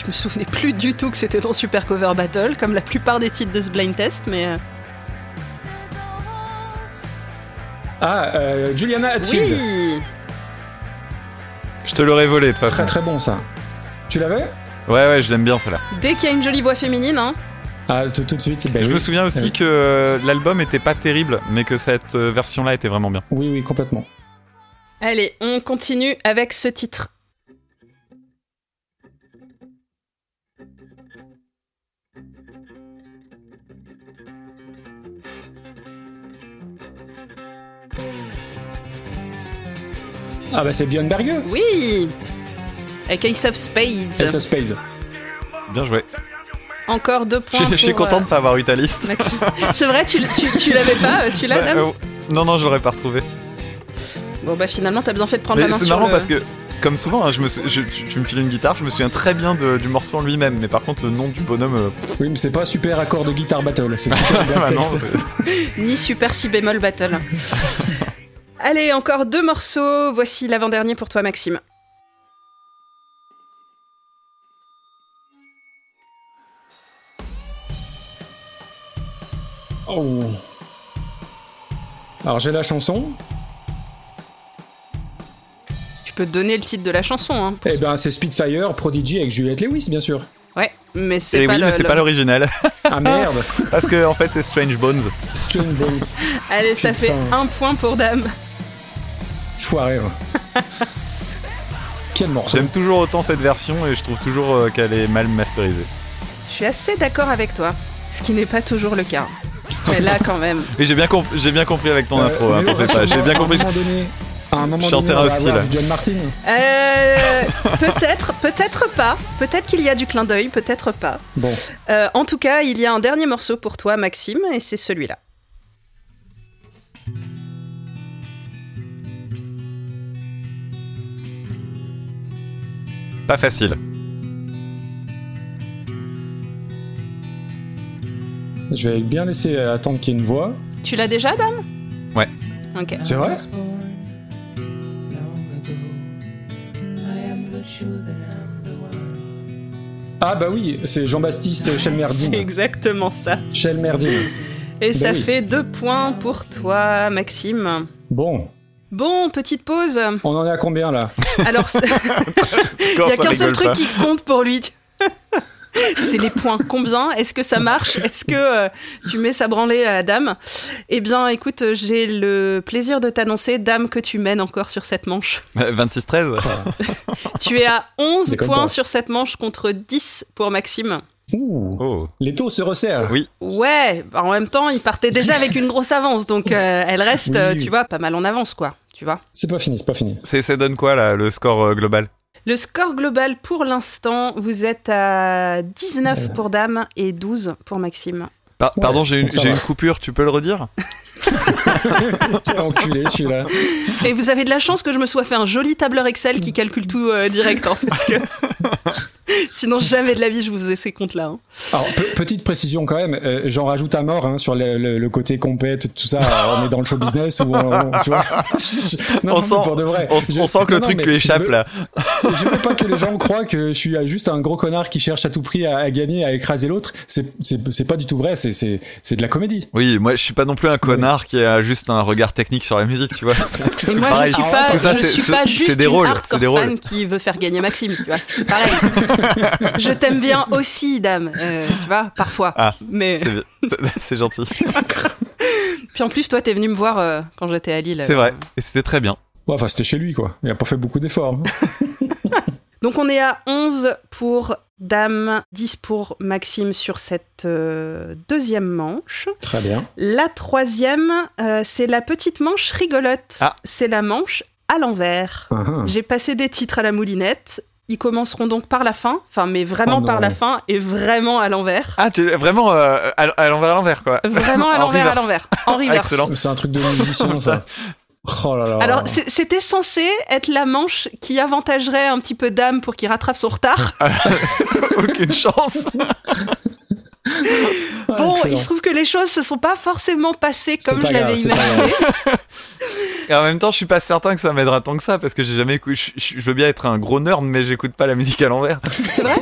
Je me souvenais plus du tout que c'était dans Super Cover Battle, comme la plupart des titres de ce blind test, mais... euh, Ah, euh, Juliana Hatfield. Oui Je te l'aurais volé, de toute façon. Très très bon ça. Tu l'avais Ouais, ouais, je l'aime bien, celle-là. Dès qu'il y a une jolie voix féminine, hein, Ah, tout, tout de suite. ben Je oui. me souviens aussi Oui. que euh, l'album était pas terrible, mais que cette euh, version-là était vraiment bien. Oui, oui, complètement. Allez, on continue avec ce titre. Ah, bah c'est Björn Berge. Oui Avec Ace of Spades. Ace of Spades. Bien joué. Encore deux Je points. je suis pour, content euh, de pas avoir eu ta liste. Maxime. C'est vrai, tu, tu, tu l'avais pas euh, celui-là, Ouais, Dame euh, non, non, je l'aurais pas retrouvé. Bon bah finalement t'as bien fait de prendre Mais la main c'est sur marrant le- parce que, comme souvent, hein, je me sou- je- tu, tu me files une guitare, je me souviens très bien de- du morceau en lui-même, mais par contre, le nom du bonhomme. euh, Oui, mais c'est pas super accord de guitare battle. C'est super ah, cyber non, texte. c'est- Ni Super Si bémol Battle. Allez, encore deux morceaux. Voici l'avant-dernier pour toi, Maxime. Oh. Alors j'ai la chanson. Tu peux donner le titre de la chanson. Hein, pour- Eh ben c'est Spitfire, Prodigy avec Juliette Lewis, bien sûr. Ouais, mais Et c'est pas, Eh oui, le- mais c'est le- pas l'original. Ah merde. Parce que, en fait, c'est Strange Bones. Strange Bones. Allez, ça Putain. fait un point pour Dame. Foiré. hein. Quel morceau. J'aime toujours autant cette version et je trouve toujours euh, qu'elle est mal masterisée. Je suis assez d'accord avec toi, ce qui n'est pas toujours le cas. Mais là quand même. Et j'ai bien, comp- j'ai bien compris avec ton Euh, intro, hein, mais t'en ouais, fais pas. à J'ai un bien moment compris. donné- à un moment Chanter donné, on un va style. avoir du John Martin. Euh, peut-être, peut-être pas. Peut-être qu'il y a du clin d'œil, peut-être pas. Bon, Euh, en tout cas, il y a un dernier morceau pour toi, Maxime, et c'est celui-là. Pas facile. je vais bien laisser euh, attendre qu'il y ait une voix. Tu l'as déjà, Dame Ouais. Ok. C'est vrai Ah bah oui, c'est Jean-Baptiste C'est Chelmerdine. exactement ça. Chelmerdine. Et Ben ça oui. fait deux points pour toi, Maxime. Bon, Bon, petite pause. on en est à combien là Alors, ce- il n'y a qu'un seul truc qui compte pour lui. C'est les points. Combien Est-ce que ça marche Est-ce que euh, tu mets ça branlée à Dame Eh bien, écoute, euh, j'ai le plaisir de t'annoncer, Dame, que tu mènes encore sur cette manche. 26-13 Tu es à 11 Déconne points pas. sur cette manche contre 10 pour Maxime. Ouh, Oh. les taux se resserrent. Oui. Ouais, bah, en même temps, il partait déjà avec une grosse avance, donc euh, elle reste, Oui, euh, oui. tu vois, pas mal en avance, quoi. Tu vois. C'est pas fini, c'est pas fini. C'est- Ça donne quoi là, le score euh, global Le score global pour l'instant, vous êtes à 19 Voilà. pour Dame et 12 pour Maxime. Par- Ouais, Pardon, j'ai une, donc ça j'ai va. une coupure, tu peux le redire Quel enculé celui-là. Et vous avez de la chance que je me sois fait un joli tableur Excel qui calcule tout euh, direct, hein, parce que sinon jamais de la vie je vous ai ces comptes-là. hein. Alors, pe- petite précision quand même, euh, j'en rajoute à mort hein, sur le, le- le côté compète, tout ça. euh, on est dans le show business ou euh, on, on- tu vois. non, On non, mais sent- pour de vrai. on, Je- on sent que non, le non, truc mais lui échappe je veux- là. Je veux pas que les gens croient que je suis euh, juste un gros connard qui cherche à tout prix à, à gagner, à écraser l'autre. C'est- C'est c'est pas du tout vrai. c'est- C'est c'est de la comédie. Oui, moi je suis pas non plus un connard qui a juste un regard technique sur la musique, tu vois. C'est Et moi pareil. je suis Ah, pas, tout ça, je c'est- suis c'est- pas c'est juste des une rôles, hardcore c'est des rôles. fan qui veut faire gagner Maxime, tu vois. C'est pareil. je t'aime bien aussi, Dame, euh, tu vois, parfois. Ah, Mais C'est- c'est- C'est gentil. puis en plus toi t'es venu me voir euh, quand j'étais à Lille. C'est vrai. Et c'était très bien. Ouais, enfin, c'était chez lui quoi. Il a pas fait beaucoup d'efforts. hein. Donc on est à 11 pour Dame, 10 pour Maxime sur cette euh, deuxième manche. Très bien. La troisième, euh, c'est la petite manche rigolote. Ah. C'est la manche à l'envers. Ah, ah. J'ai passé des titres à la moulinette. Ils commenceront donc par la fin, enfin mais vraiment Oh par non. la fin et vraiment à l'envers. Ah, tu, vraiment euh, à, à l'envers, à l'envers quoi. Ah. Vraiment à En l'envers, à reverse. l'envers. En reverse. Excellent. C'est un truc de musicien ça. Oh là là. Alors c'est- c'était censé être la manche qui avantagerait un petit peu Dame pour qu'il rattrape son retard. Aucune chance. Ah, Bon, excellent. il se trouve que les choses se sont pas forcément passées C'est comme pas je grave, l'avais c'est pas imaginé. grave. Et en même temps, je suis pas certain que ça m'aidera tant que ça parce que j'ai jamais écouté. Je, je- je veux bien être un gros nerd, mais j'écoute pas la musique à l'envers. C'est vrai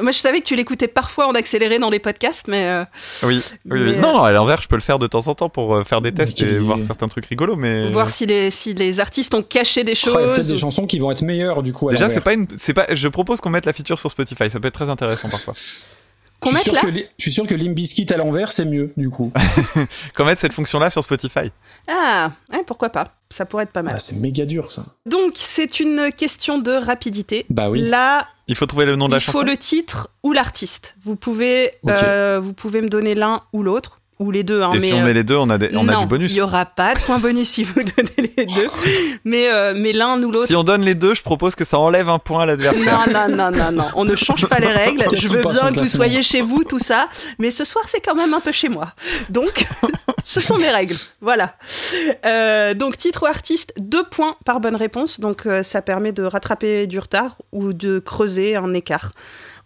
Moi, je savais que tu l'écoutais parfois en accéléré dans les podcasts, mais euh, Oui. oui, oui. Mais, euh, Non, non, à l'envers, je peux le faire de temps en temps pour euh, faire des tests quel et voir idée. certains trucs rigolos, mais. voir si les, si les artistes ont caché des Euh. Oh, il y a peut-être choses. des ou- chansons qui vont être meilleures du coup. À Déjà, l'envers. c'est pas une. C'est pas. Je propose qu'on mette la feature sur Spotify. Ça peut être très intéressant parfois. Qu'on je suis mette sûr là que li- Je suis sûr que Limbiskit à l'envers, c'est mieux, du coup. Qu'on mette cette fonction-là sur Spotify. Ah, ouais, pourquoi pas Ça pourrait être pas mal. Ah, c'est méga dur, ça. Donc, c'est une question de rapidité. Bah oui. Là, Il faut trouver le nom de la il chanson. faut le titre ou l'artiste. Vous pouvez, Ok. euh, vous pouvez me donner l'un ou l'autre, ou les deux. hein, Et mais, si on euh, met les deux, on a, des- on non, a du bonus. Il n'y aura pas de point bonus si vous donnez les deux. Mais, euh, mais l'un ou l'autre. Si on donne les deux, je propose que ça enlève un point à l'adversaire. Non, non, non, non, non, on ne change pas les règles. Qu'est-ce Je qu'on veux passe bien au que vous classement soyez chez vous, tout ça. Mais ce soir, c'est quand même un peu chez moi. Donc, ce sont mes règles. Voilà. Euh, donc, titre ou artiste, deux points par bonne réponse. Donc, euh, ça permet de rattraper du retard ou de creuser un écart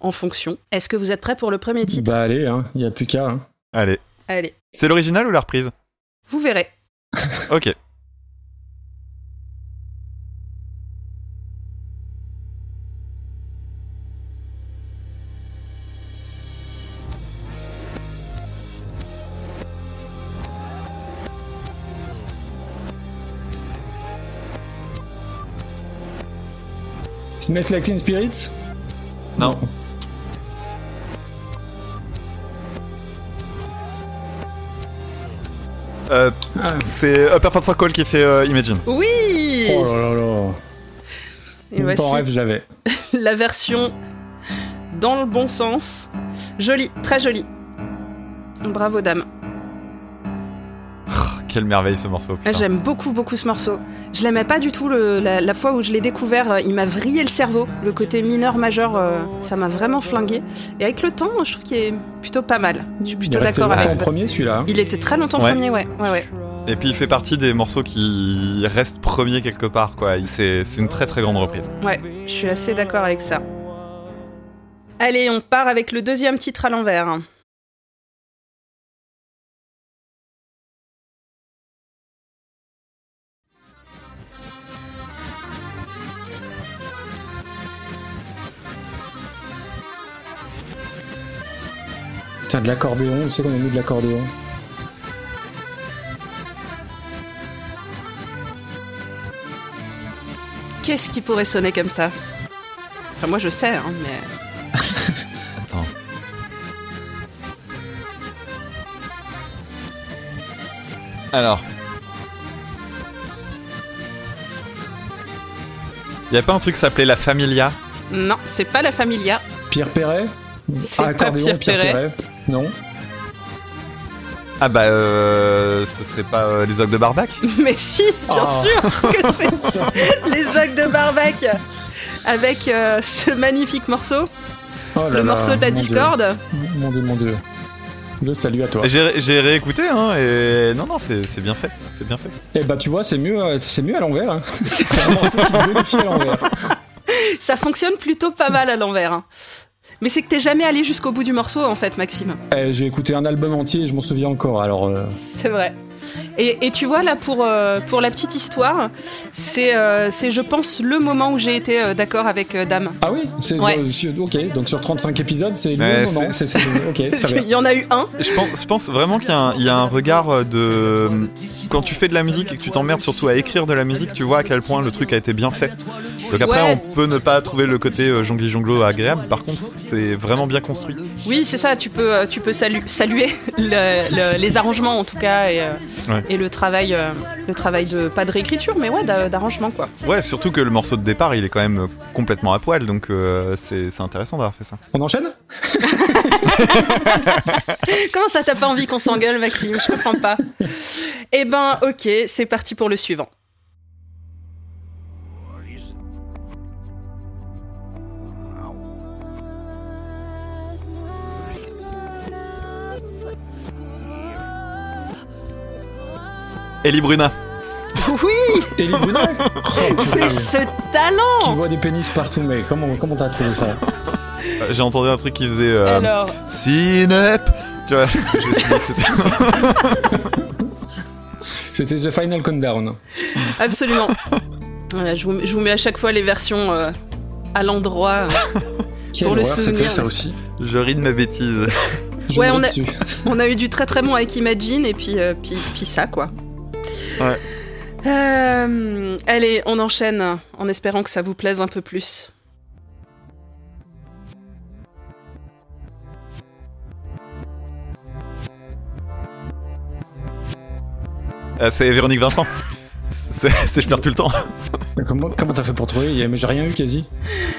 en fonction. Est-ce que vous êtes prêts pour le premier titre Bah allez, il hein, n'y a plus qu'à. hein. Allez. Allez, C'est l'original ou la reprise vous verrez. Ok. Smells Like Teen Spirit Non. Euh, Ah. c'est Upper Fun Circle qui fait euh, Imagine. Oui Oh là là là. Et Même pas en voici rêve, je l'avais. la version dans le bon sens. Jolie, très jolie. Bravo, dame. Oh, quelle merveille ce Ah, morceau. putain. J'aime beaucoup, beaucoup ce morceau. Je l'aimais pas du tout le- la, la fois où je l'ai découvert. euh, Il m'a vrillé le cerveau. Le côté mineur-majeur, ça m'a vraiment flingué. Et avec le temps, je trouve qu'il est plutôt pas mal. Je suis Il est plutôt resté d'accord longtemps avec en toi. premier, celui-là. hein. Il était très longtemps Ouais. premier, ouais. ouais, ouais. Et puis il fait partie des morceaux qui restent premiers quelque part, quoi. Il- C'est c'est une très très grande reprise. Ouais, je suis assez d'accord avec ça. Allez, on part avec le deuxième titre à l'envers. Tiens, de l'accordéon, tu sais qu'on a mis de l'accordéon. Qu'est-ce qui pourrait sonner comme ça Enfin, moi je sais, hein, mais. Attends. Alors. Y a pas un truc qui s'appelait la familia Non, c'est pas la familia. Pierre Perret C'est pas Pierre Perret. Non. Ah bah euh, ce serait pas euh, les ogres de Barbac Mais si, bien Oh. sûr que c'est ça. Les ogres de Barbac Avec euh, ce magnifique morceau, Oh là le là, morceau de la mon Dieu. discorde. Mon Dieu, mon Dieu. Le salut à toi. J'ai j'ai réécouté hein et non non c'est c'est bien fait c'est bien fait. Eh bah tu vois, c'est mieux, euh, c'est mieux à l'envers. hein. c'est un morceau qui se vérifie à l'envers. Ça fonctionne plutôt pas mal à l'envers. hein. Mais c'est que t'es jamais allé jusqu'au bout du morceau en fait, Maxime. Eh, J'ai écouté un album entier et je m'en souviens encore. Alors, euh, C'est vrai. Et, et tu vois, là, pour, euh, pour la petite histoire, c'est, euh, c'est, je pense, le moment où j'ai été euh, d'accord avec euh, Dame. ah oui, c'est Ouais. euh, sur- ok. Donc sur 35 épisodes, c'est le Ouais, moment. c'est- c'est- c'est- ok, très bien. Il y en a eu un. Je pense, je pense vraiment qu'il y, a un- il y a un regard euh, de. Quand tu fais de la musique et que tu t'emmerdes surtout à écrire de la musique, tu vois à quel point le truc a été bien fait. Donc après, Ouais. on peut ne pas trouver le côté euh, jongli jonglo agréable. Par contre, c'est vraiment bien construit. Oui, c'est ça, tu peux, euh, tu peux salu- saluer le- le- les arrangements en tout cas et, euh, Ouais. et le travail, euh, le travail de, pas de réécriture, mais ouais, d'a- d'arrangement quoi. Ouais, surtout que le morceau de départ, il est quand même euh, complètement à poil, donc euh, c'est c'est intéressant d'avoir fait ça. On enchaîne Comment ça, t'as pas envie qu'on s'engueule, Maxime Je comprends pas. Eh ben, ok, c'est parti pour le suivant. Ellie Bruna. Oui, Élie Brunet Oh, purée. mais ce Qui talent voit des pénis partout, mais comment comment t'as trouvé ça Euh, J'ai entendu un truc qui faisait. euh, Alors, Synep Tu vois, je sais pas, c'est- C'était The Final Countdown. absolument. Voilà, je, vous, je vous mets à chaque fois les versions euh, à l'endroit. Quelle Pour le horreur, c'était souvenir, ça oui. aussi. je ris de ma bêtise. Je Ouais, me on ris a- dessus. On a eu du très très bon avec Imagine et puis, euh, puis, puis ça quoi. Ouais. Euh, allez, on enchaîne en espérant que ça vous plaise un peu plus. Euh, c'est Véronique Vincent. C'est c'est- je perds tout le temps. Mais Comment comment t'as fait pour trouver Il y a- mais J'ai rien eu quasi.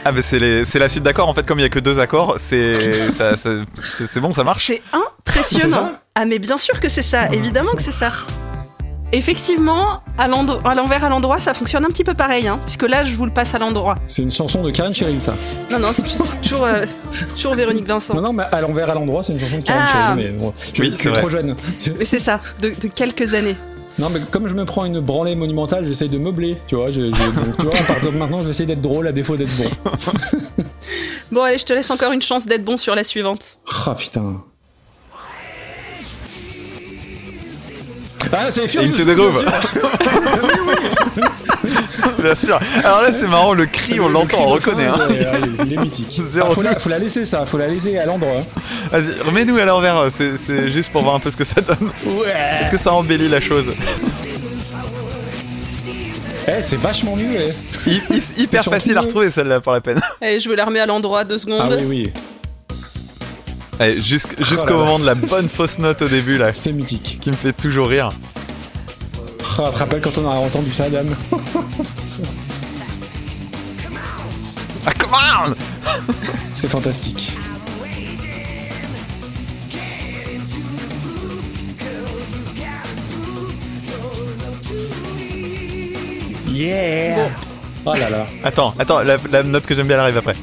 Ah bah c'est les- c'est la suite d'accords en fait comme il y a que deux accords c'est ça- ça- c'est c'est bon ça marche C'est impressionnant. C'est Ah mais bien sûr que c'est ça, évidemment que c'est ça. Effectivement, à l'endo- à l'envers, à l'endroit, ça fonctionne un petit peu pareil, hein, puisque là, je vous le passe à l'endroit. C'est une chanson de Karen Sheeran, ça. Non, non, c'est c'est toujours, euh, toujours Véronique Non, Vincent. non, mais à l'envers, à l'endroit, c'est une chanson de Karen Ah. Sheeran, mais bon, je, Oui, je c'est suis vrai. trop jeune. Mais c'est ça, de, de quelques années. Non, mais comme je me prends une branlée monumentale, j'essaye de meubler, tu vois. je- je- donc, tu vois, à partir de maintenant, je vais essayer d'être drôle à défaut d'être bon. Bon, allez, je te laisse encore une chance d'être bon sur la suivante. Ah putain. Ah, c'est Furious Into the Groove. Bien sûr. Alors là c'est marrant le cri on l'entend on reconnaît hein. Il est mythique. Zéro Ah, faut, la, doute. faut la laisser, ça. Faut la laisser à l'endroit. hein. Vas-y remets-nous à l'envers c'est- c'est juste pour voir un peu ce que ça donne. Est-ce que ça embellit la chose Eh, c'est vachement mieux, eh. Hy- hy- Hyper Ils sont facile tous à nus. retrouver celle-là pour la peine. Allez, je vous la remets à l'endroit, deux secondes. Ah oui, oui. Allez, Eh, jusqu- Jusqu'au la moment de la vache. bonne fausse note au début là C'est mythique. qui me fait toujours rire. Ah, tu te rappelles quand on a entendu ça, dame Ah come on C'est fantastique. Yeah! Oh là là. Attends attends la, la note que j'aime bien elle arrive après.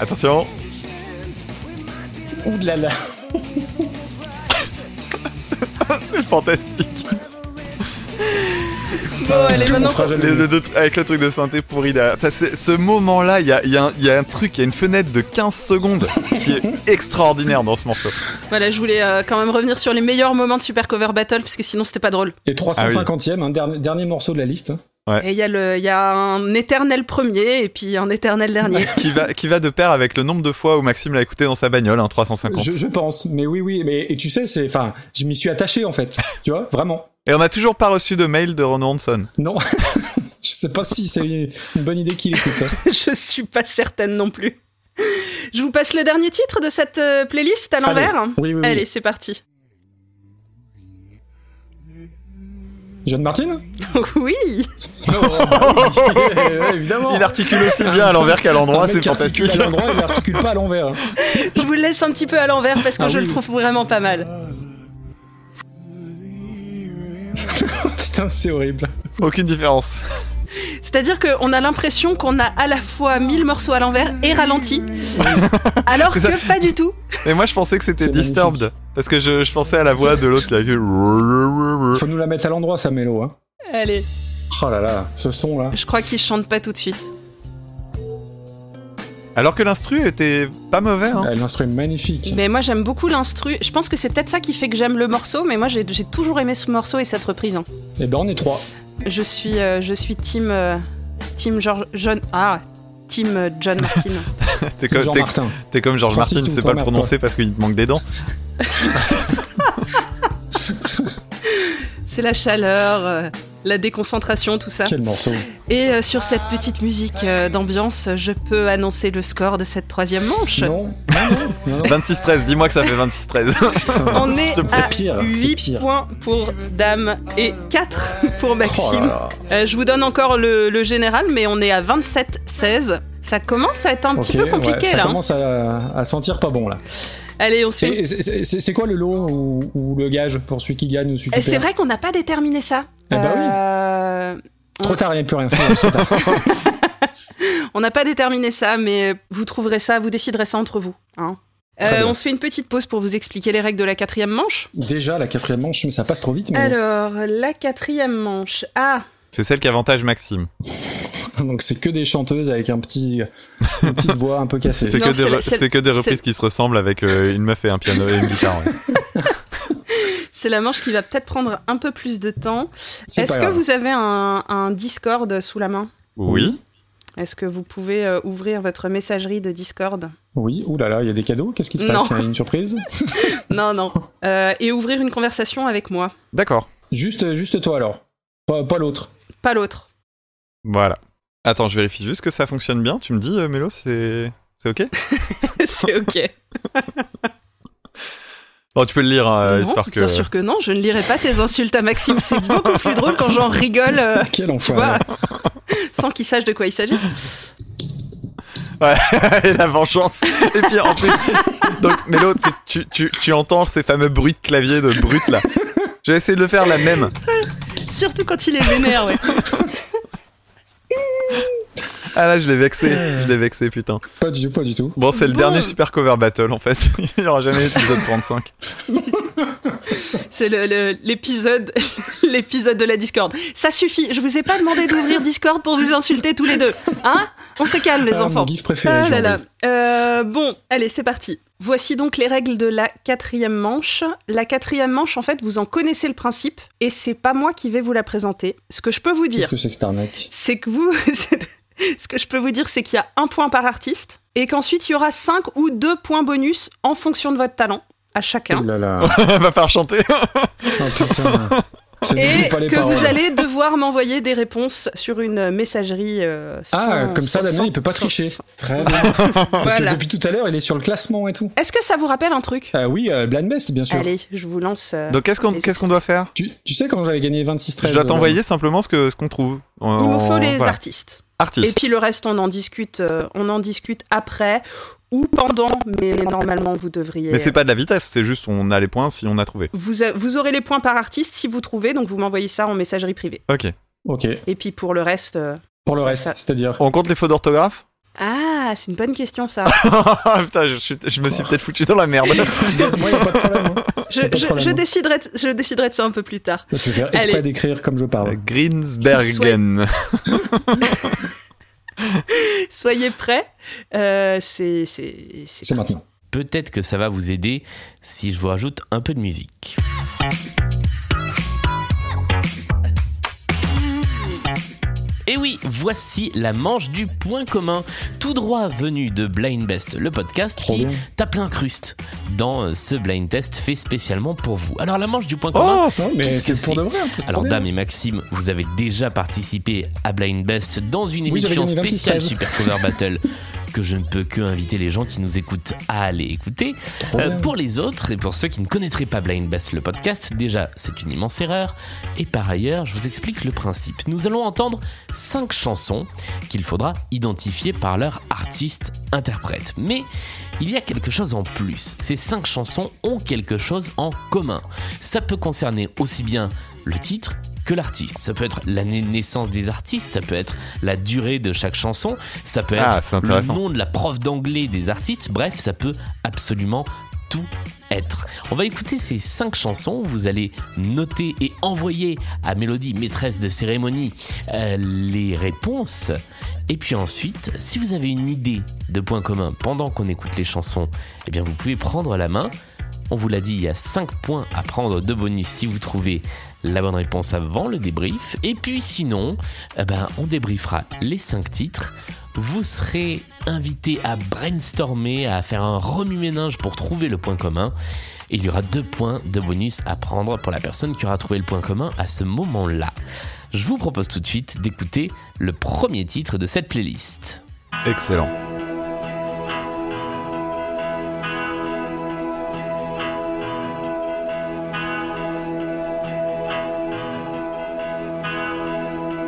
Attention, Ouh là là. c'est fantastique. Bon, allez, On maintenant. fera qu'on- jamais Les- mieux. le- le- avec le truc de synthé pourri là. Enfin, c'est- ce moment-là, il y a, il y a un- il y a un truc, il y a une fenêtre de 15 secondes qui est extraordinaire dans ce morceau. Voilà, je voulais euh, quand même revenir sur les meilleurs moments de Super Cover Battle, puisque sinon c'était pas drôle. Ah Et 350e, hein, dernier, dernier morceau de la liste. hein. Et il y, a le- il y a un éternel premier et puis un éternel dernier. Qui va, qui va de pair avec le nombre de fois où Maxime l'a écouté dans sa bagnole, hein, 350. Je, je pense, mais oui, oui, mais et tu sais, c'est, enfin, je m'y suis attaché en fait, tu vois, vraiment. Et on n'a toujours pas reçu de mail de Ron Ronson. Non, je sais pas si c'est une bonne idée qu'il écoute. hein. je suis pas certaine non plus. Je vous passe le dernier titre de cette euh, playlist à l'envers. Allez. Oui, oui, oui. Allez, c'est parti. John Martin oui, Non, bah oui, évidemment. Il articule aussi bien à l'envers qu'à Un l'endroit, mec c'est qui articule fantastique. À l'endroit, il articule pas à l'envers. hein. je vous le laisse un petit peu à l'envers parce que Ah je oui, le oui. trouve vraiment pas mal. Putain, c'est horrible. Aucune différence. C'est-à-dire qu'on a l'impression qu'on a à la fois mis le morceau à l'envers et ralenti, alors C'est ça. que pas du tout. Et moi, je pensais que c'était C'est magnifique. Disturbed. Parce que je, je pensais à la voix de l'autre qui a Faut nous la mettre à l'endroit, sa mélo. Hein. Allez, Oh là là, ce son là. je crois qu'il chante pas tout de suite. Alors que l'instru était pas mauvais. Hein. Ah, L'instru est magnifique. Mais moi j'aime beaucoup l'instru. Je pense que c'est peut-être ça qui fait que j'aime le morceau, mais moi j'ai j'ai toujours aimé ce morceau et cette reprise. hein. Et ben on est trois. Je suis, euh, je suis team, euh, team George, John. Ah, team euh, John Martin. T'es C'est comme, Jean t'es- Martin. t'es comme George Francis, Martin, tu tu sais me pas le t'emmerdes, prononcer parce qu'il te manque des dents. c'est la chaleur, euh, la déconcentration, tout ça. Quel morceau. Et euh, sur cette petite musique euh, d'ambiance, je peux annoncer le score de cette troisième manche. Non, non, non, non, Bah, Oh non. 26-13, dis-moi que ça fait 26-13. Putain. On est C'est à pire, c'est 8 pire. points pour Dame et 4 pour Oh là Maxime. là. Euh, je vous donne encore le, le général, mais on est à 27-16. Ça commence à être un petit Ok, peu compliqué ouais, ça là. hein. commence à, à sentir pas bon là. Allez, on se fait Et c'est- c'est c'est quoi le lot ou, ou le gage pour celui qui gagne ou celui Eh, qui C'est perd vrai qu'on n'a pas déterminé ça. Eh ben oui. Euh, Trop tard, il n'y a plus rien. c'est trop tard. On n'a pas déterminé ça, mais vous trouverez ça, vous déciderez ça entre vous. hein. Très Euh, bien. on se fait une petite pause pour vous expliquer les règles de la quatrième manche. Déjà la quatrième manche, mais ça passe trop vite. Mais... Alors, la quatrième manche. Ah, C'est celle qui avantage Maxime. Donc c'est que des chanteuses avec un petit, une petite voix un peu cassée. C'est Non, que, c'est des la- re- c'est- c'est que des c'est- reprises qui se ressemblent avec euh, une meuf et un piano et une guitare. ouais. c'est la manche qui va peut-être prendre un peu plus de temps. C'est Est-ce pas que grave. vous avez un, un Discord sous la main Oui. Est-ce que vous pouvez euh, ouvrir votre messagerie de Discord Oui, oulala, il y a des cadeaux. Qu'est-ce qui se Non. passe Il y a une surprise. Non, non. Euh, et ouvrir une conversation avec moi, D'accord. Juste, juste toi alors. Pas, pas l'autre. pas l'autre. Voilà. Attends, je vérifie juste que ça fonctionne bien. Tu me dis, euh, Mélo, c'est c'est ok c'est ok. Bon, tu peux le lire, hein, Euh, Non, histoire que. Bien sûr que non, je ne lirai pas tes insultes à Maxime. C'est beaucoup plus drôle quand j'en rigole. euh, Quel tu vois, enfoiré. sans qu'il sache de quoi il s'agit. Ouais, et la vengeance. Et puis en plus, donc Mélo, tu, tu, tu, tu entends ces fameux bruits de clavier de brut là. J'ai essayé de le faire la même. Surtout quand il est vénère, ouais. Ah là, je l'ai vexé. Je l'ai vexé, putain. Pas du tout, pas du tout. Bon, c'est le Bon. dernier Super Cover Battle en fait. Il n'y aura jamais d'épisode 35. C'est le- le- l'épisode l'épisode de la Discord. Ça suffit, je vous ai pas demandé d'ouvrir Discord pour vous insulter tous les deux. Hein On se calme, les Ah, enfants. Mon gif préféré. Ah j'ai là là. envie. Euh, bon, allez, c'est parti. Voici donc les règles de la quatrième manche. La quatrième manche, en fait, vous en connaissez le principe, et c'est pas moi qui vais vous la présenter. Ce que je peux vous dire, Qu'est-ce que c'est que cette arnaque c'est que vous. Ce que je peux vous dire, c'est qu'il y a un point par artiste et qu'ensuite il y aura 5 ou 2 points bonus en fonction de votre talent à chacun. Oh là là. Va faire chanter. Oh putain. Ça Et n'oublie pas les que paroles. vous allez devoir m'envoyer des réponses sur une messagerie. euh, Ah, sans- comme ça, sans- Damien, sans- il peut pas sans- tricher. sans- Très bien. Parce que Voilà. depuis tout à l'heure, il est sur le classement et tout. Est-ce que ça vous rappelle un truc Ah oui, euh, Blind Best, bien sûr. Allez, je vous lance. euh, Donc qu'est-ce qu'on qu'est-ce qu'on doit faire Tu, tu sais quand j'avais gagné 26-13 Je dois euh, t'envoyer simplement ce que ce qu'on trouve. Il me faut les voilà. artistes. Et artistes. puis le reste, on en discute, euh, on en discute après ou pendant, mais normalement vous devriez. Mais c'est pas de la vitesse, c'est juste on a les points si on a trouvé. Vous, a- vous aurez les points par artiste si vous trouvez, donc vous m'envoyez ça en messagerie privée. Ok. euh, Ok, Et puis pour le reste. euh, pour le Ça, reste, ça- c'est-à-dire. On compte les fautes d'orthographe Ah, c'est une bonne question ça. Putain, je, suis- je me suis peut-être foutu dans la merde. Moi, il a pas de problème. hein. Je, Y a pas de je- problème. je déciderai, de- je déciderai de ça un peu plus tard. Ça, je vais faire exprès Allez. d'écrire comme je Hein. parle. Greensbergen. Soyez prêts. Euh, c'est c'est- c'est C'est parti. maintenant. Peut-être que ça va vous aider si je vous rajoute un peu de musique. Et oui, voici la manche du point commun, tout droit venu de Blind Best, le podcast Trop qui bien. tape l'incruste dans euh, ce blind test fait spécialement pour vous. Alors la manche du point commun, Oh Non, mais Qu'est-ce que c'est pour c'est de vrai. en plus, alors trop bien. Dame et Maxime, vous avez déjà participé à Blind Best dans une Oui, j'avais gagné émission 26, spéciale 13. Super Cover Battle que je ne peux que inviter les gens qui nous écoutent à aller écouter. Trop Euh, bien. pour les autres et pour ceux qui ne connaîtraient pas Blind Best le podcast, déjà c'est une immense erreur. Et par ailleurs, je vous explique le principe. Nous allons entendre cinq chansons qu'il faudra identifier par leur artiste-interprète. Mais il y a quelque chose en plus. Ces cinq chansons ont quelque chose en commun. Ça peut concerner aussi bien le titre que l'artiste. Ça peut être l'année de naissance des artistes, ça peut être la durée de chaque chanson, ça peut Ah, être c'est le intéressant. nom de la prof d'anglais des artistes. Bref, ça peut absolument tout être. On va écouter ces cinq chansons. Vous allez noter et envoyer à Mélodie, maîtresse de cérémonie, euh, les réponses. Et puis ensuite, si vous avez une idée de point commun pendant qu'on écoute les chansons, eh bien vous pouvez prendre la main. On vous l'a dit, il y a 5 points à prendre de bonus si vous trouvez la bonne réponse avant le débrief. Et puis sinon, eh ben, on débriefera les 5 titres. Vous serez invité à brainstormer, à faire un remue-ménage pour trouver le point commun. Et il y aura 2 points de bonus à prendre pour la personne qui aura trouvé le point commun à ce moment-là. Je vous propose tout de suite d'écouter le premier titre de cette playlist. Excellent.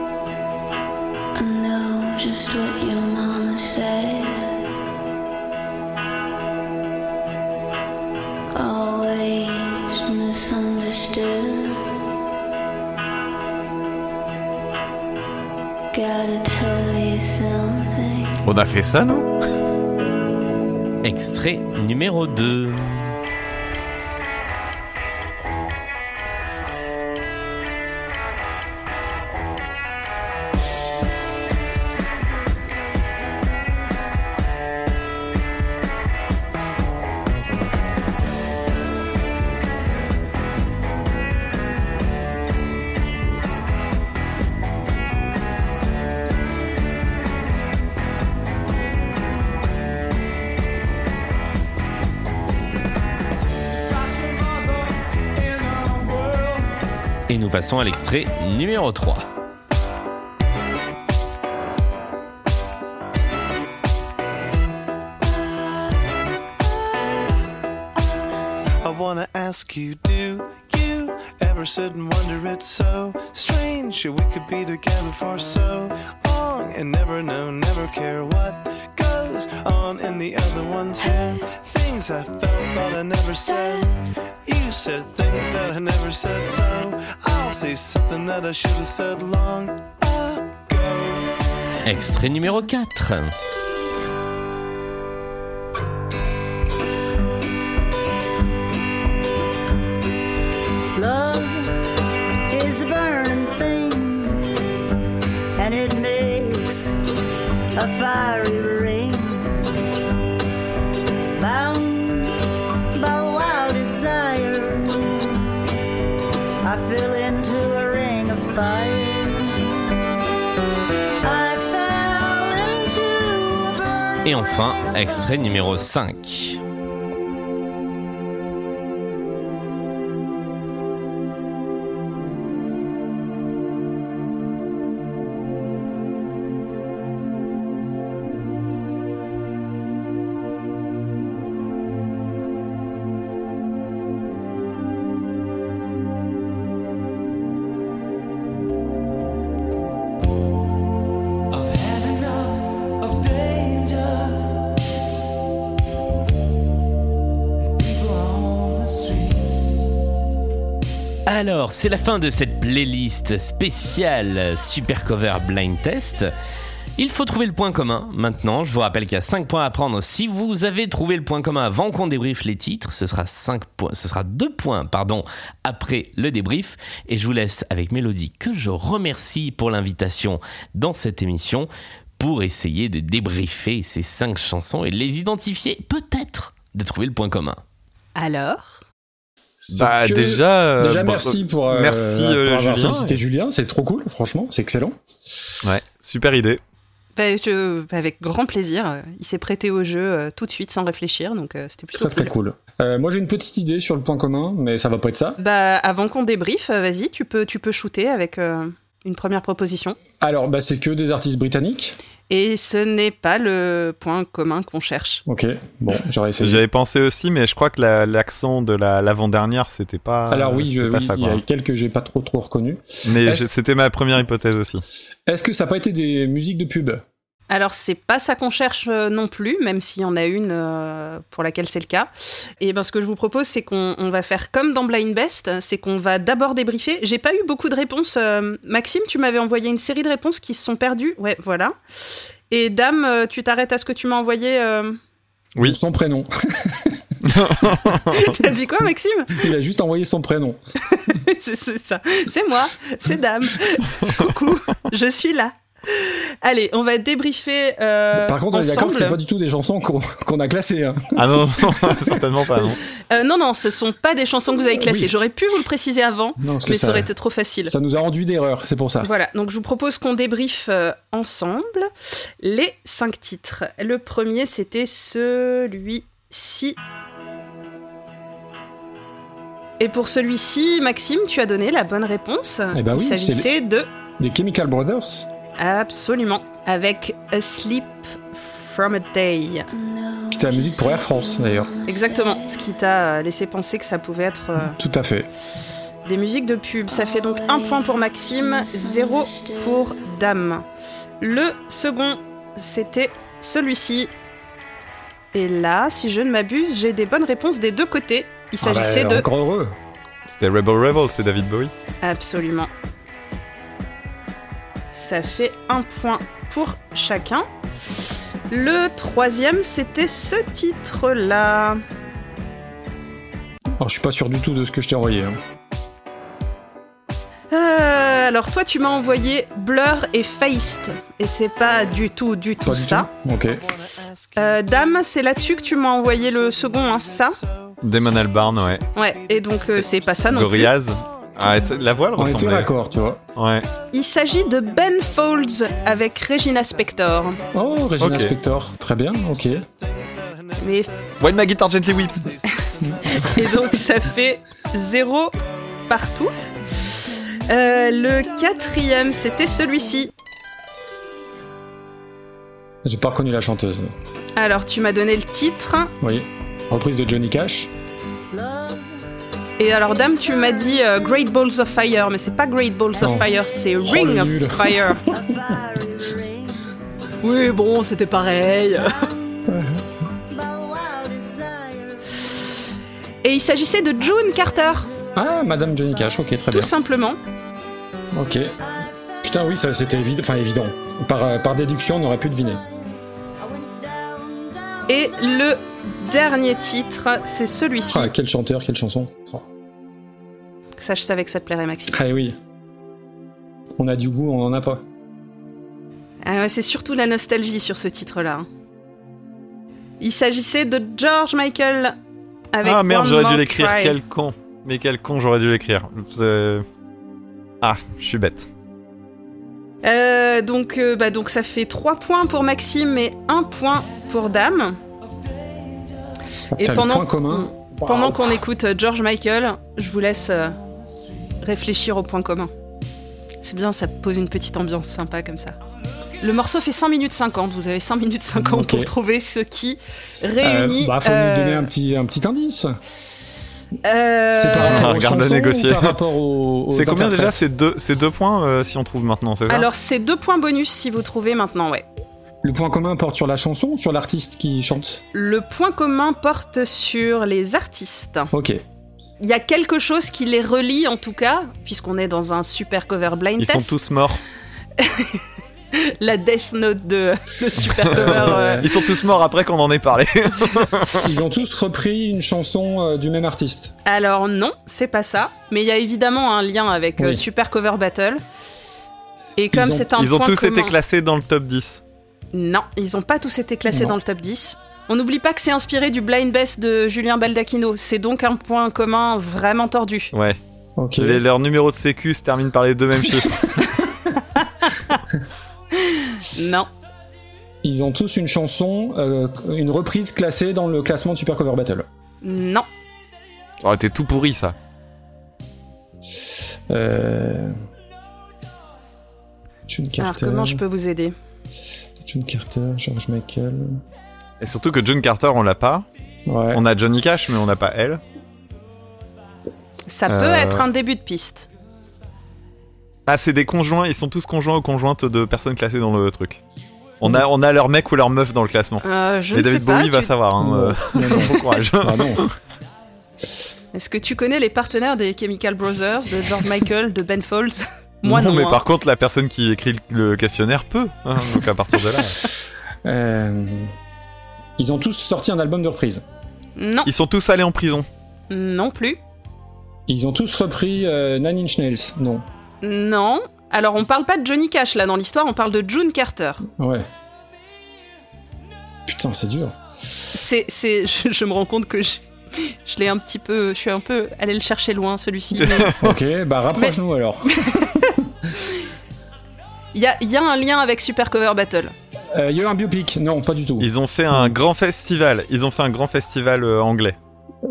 I know just what your mama said. Always misunderstood. Gotta tell you something. On a fait ça, non Extrait numéro 2. Et nous passons à l'extrait numéro 3. I wanna ask you, do you ever sit and wonder it's so strange that we could be together for so long and never know, never care what goes on in the other one's head? Things I felt but I never said. You said things that I never said, so I'll say something that I should have said long ago. Extrait numéro 4. Love is a burning thing, and it makes a fiery ring. Bound by wild desire, I fell into a ring of fire. I fell into a burning Et enfin, extrait numéro 5. Alors, c'est la fin de cette playlist spéciale Super Cover Blind Test. Il faut trouver le point commun maintenant. Je vous rappelle qu'il y a 5 points à prendre. Si vous avez trouvé le point commun avant qu'on débriefe les titres, ce sera, 5 points, ce sera 2 points pardon, après le débrief. Et je vous laisse avec Mélodie, que je remercie pour l'invitation dans cette émission, pour essayer de débriefer ces 5 chansons et de les identifier, peut-être de trouver le point commun. Alors C'est Bah, que- déjà. euh, déjà, bon, merci pour, euh, merci, pour euh, avoir Julien. sollicité Julien. C'est trop cool, franchement, c'est excellent. Ouais, super idée. bah, je- Avec grand plaisir. Il s'est prêté au jeu euh, tout de suite sans réfléchir, donc euh, c'était plutôt Très très cool. cool. Euh, moi j'ai une petite idée sur le point commun, mais ça va pas être ça. Bah, avant qu'on débriefe, euh, vas-y, tu peux, tu peux shooter avec euh, une première proposition. Alors bah c'est que des artistes britanniques. Et ce n'est pas le point commun qu'on cherche. Ok, bon j'aurais essayé. J'avais pensé aussi, mais je crois que la- l'accent de la- l'avant-dernière, c'était pas. Alors oui, je- c'était Ah, pas oui, ça, il y quoi. a quelques que j'ai pas trop trop reconnu. Mais Est-ce- je- c'était ma première hypothèse aussi. Est-ce que ça a pas été des musiques de pub Alors, c'est pas ça qu'on cherche euh, non plus, même s'il y en a une euh, pour laquelle c'est le cas. Et ben, ce que je vous propose, c'est qu'on on va faire comme dans Blind Best, c'est qu'on va d'abord débriefer. J'ai pas eu beaucoup de réponses. euh, Maxime, tu m'avais envoyé une série de réponses qui se sont perdues. Ouais, voilà. Et Dame, euh, tu t'arrêtes à ce que tu m'as envoyé. euh, Oui. Son prénom. Oh. T'as dit quoi, Maxime Il a juste envoyé son prénom. c'est c'est ça. C'est moi, c'est Dame. Coucou, je suis là. Allez, on va débriefer. euh, Par contre, on est d'accord que ensemble. c'est pas du tout des chansons qu'on qu'on a classées. hein. Ah non, non, certainement pas, non. Euh, non, non, ce sont pas des chansons que vous avez classées. Oui. J'aurais pu vous le préciser avant, Non, parce que mais ça ça, aurait été trop facile. ça nous a rendu d'erreur, c'est pour ça. Voilà, donc je vous propose qu'on débriefe euh, ensemble les cinq titres. Le premier, c'était celui-ci. Et pour celui-ci, Maxime, tu as donné la bonne réponse. Eh ben oui, Il c'est- s'agissait de Des Chemical Brothers. Absolument. Avec A Sleep from a Day. Qui était la musique pour Air France d'ailleurs. Exactement. Ce qui t'a euh, laissé penser que ça pouvait être euh, Tout à fait. des musiques de pub. Ça fait donc un point pour Maxime, zéro pour Dame. Le second, c'était celui-ci. Et là, si je ne m'abuse, j'ai des bonnes réponses des deux côtés. Il Ah bah, s'agissait de... Encore heureux. C'était Rebel Rebel, c'est David Bowie. Absolument. Ça fait un point pour chacun. Le troisième, c'était ce titre-là. Alors Oh, je suis pas sûr du tout de ce que je t'ai envoyé. hein. Euh, alors toi, tu m'as envoyé Blur et Feist, et c'est pas du tout, du tout Pas du ça. tout. Ok. Euh, Dame, c'est là-dessus que tu m'as envoyé le second, hein, c'est ça Damon Albarn, ouais. Ouais. Et donc euh, c'est pas ça non plus. Gorillaz. Ah, et ça- la voix, elle On était ressemblait. d'accord, tu vois. Ouais. Il s'agit de Ben Folds avec Regina Spector. Oh, Regina Ok. Spector, très bien, ok. Mais While my guitar gently whips. Et donc ça fait zéro partout. Euh, le quatrième, c'était celui-ci. J'ai pas reconnu la chanteuse. Alors tu m'as donné le titre. Oui. Reprise de Johnny Cash. Et alors dame, tu m'as dit euh, Great Balls of Fire, mais c'est pas Great Balls Non. of Fire, c'est Oh, Ring le of nul. Fire. oui, bon, c'était pareil. Et il s'agissait de June Carter, Ah, Madame Johnny Cash, ok, très tout bien. simplement. Ok. Putain, oui, ça c'était évident. Enfin, évident. Par, euh, par déduction, on aurait pu deviner. Et le dernier titre, c'est celui-ci. Ah, quel chanteur, quelle chanson. Oh. Ça, je savais que ça te plairait, Maxime. Ah oui. On a du goût, on en a pas. Ah ouais, c'est surtout la nostalgie sur ce titre-là. hein. Il s'agissait de George Michael avec Ah merde, One j'aurais dû More l'écrire. Try. Quel con. Mais quel con, j'aurais dû l'écrire. Euh, Ah, je suis bête. Euh, donc, euh, bah, donc ça fait 3 points pour Maxime et 1 point pour Dame. Oh, Et putain, le pendant- point commun. Waouh. Pendant qu'on écoute euh, George Michael, je vous laisse euh, réfléchir au point commun. C'est bien, ça pose une petite ambiance sympa comme ça. Le morceau fait 5 minutes 50, vous avez 5 minutes 50 pour Ok. trouver ce qui Euh, réunit... bah, faut euh, nous donner un petit, un petit indice. C'est euh, par rapport aux Regarde le chansons Ah, négocier. ou par rapport aux, aux C'est combien déjà interprètes ces deux, ces deux points euh, si on trouve maintenant, c'est ça Alors, c'est deux points bonus si vous trouvez maintenant, ouais. Le point commun porte sur la chanson ou sur l'artiste qui chante Le point commun porte sur les artistes. Ok. Il y a quelque chose qui les relie, en tout cas, puisqu'on est dans un super cover blind Ils sont test. tous morts. la Death Note de, de Super Cover. euh, Ils sont tous morts après qu'on en ait parlé. Ils ont tous repris une chanson euh, du même artiste. Alors non, c'est pas ça, mais il y a évidemment un lien avec euh, Oui. Super Cover Battle. Et comme ont- c'est un Ils ont point tous été commun- classés dans le top 10. Non, ils ont pas tous été classés Non. dans le top 10. On n'oublie pas que c'est inspiré du Blind Best de Julien Baldacchino. C'est donc un point commun vraiment tordu. Ouais. Ok. Les- leur numéro de sécu se termine par les deux mêmes chiffres. Non, Ils ont tous une chanson, euh, une reprise classée dans le classement de Super Cover Battle. non. Ça Oh, aurait été tout pourri ça. Euh... June Alors Carter. comment je peux vous aider June Carter, George Michael. Et surtout que John Carter, on l'a pas. Ouais. On a Johnny Cash, mais on n'a pas elle. Ça Euh, peut être un début de piste. Ah, c'est des conjoints, ils sont tous conjoints ou conjointes de personnes classées dans le truc. On a, on a leur mec ou leur meuf dans le classement. Euh, je mais ne sais David pas. Bowie va tu- savoir. hein, euh, Non, non. bon courage. Ah non. Est-ce que tu connais les partenaires des Chemical Brothers, de George Michael, de Ben Folds Moi non. mais hein. par contre, la personne qui écrit le questionnaire peut. hein, donc à partir de là. Euh, Ils ont tous sorti un album de reprise. Non, Ils sont tous allés en prison. non plus. Ils ont tous repris euh, Nine Inch Nails. Non. Non. Alors on parle pas de Johnny Cash là dans l'histoire, on parle de June Carter. Ouais. Putain, c'est dur. C'est, c'est, je, je me rends compte que je, je l'ai un petit peu, je suis un peu allé le chercher loin celui-ci. mais Ok, bah rapproche-nous alors. Il y a, il y a un lien avec Super Cover Battle. Euh, Il y a eu un biopic Non, pas du tout. Ils ont fait un grand festival. Ils ont fait un grand festival euh, anglais.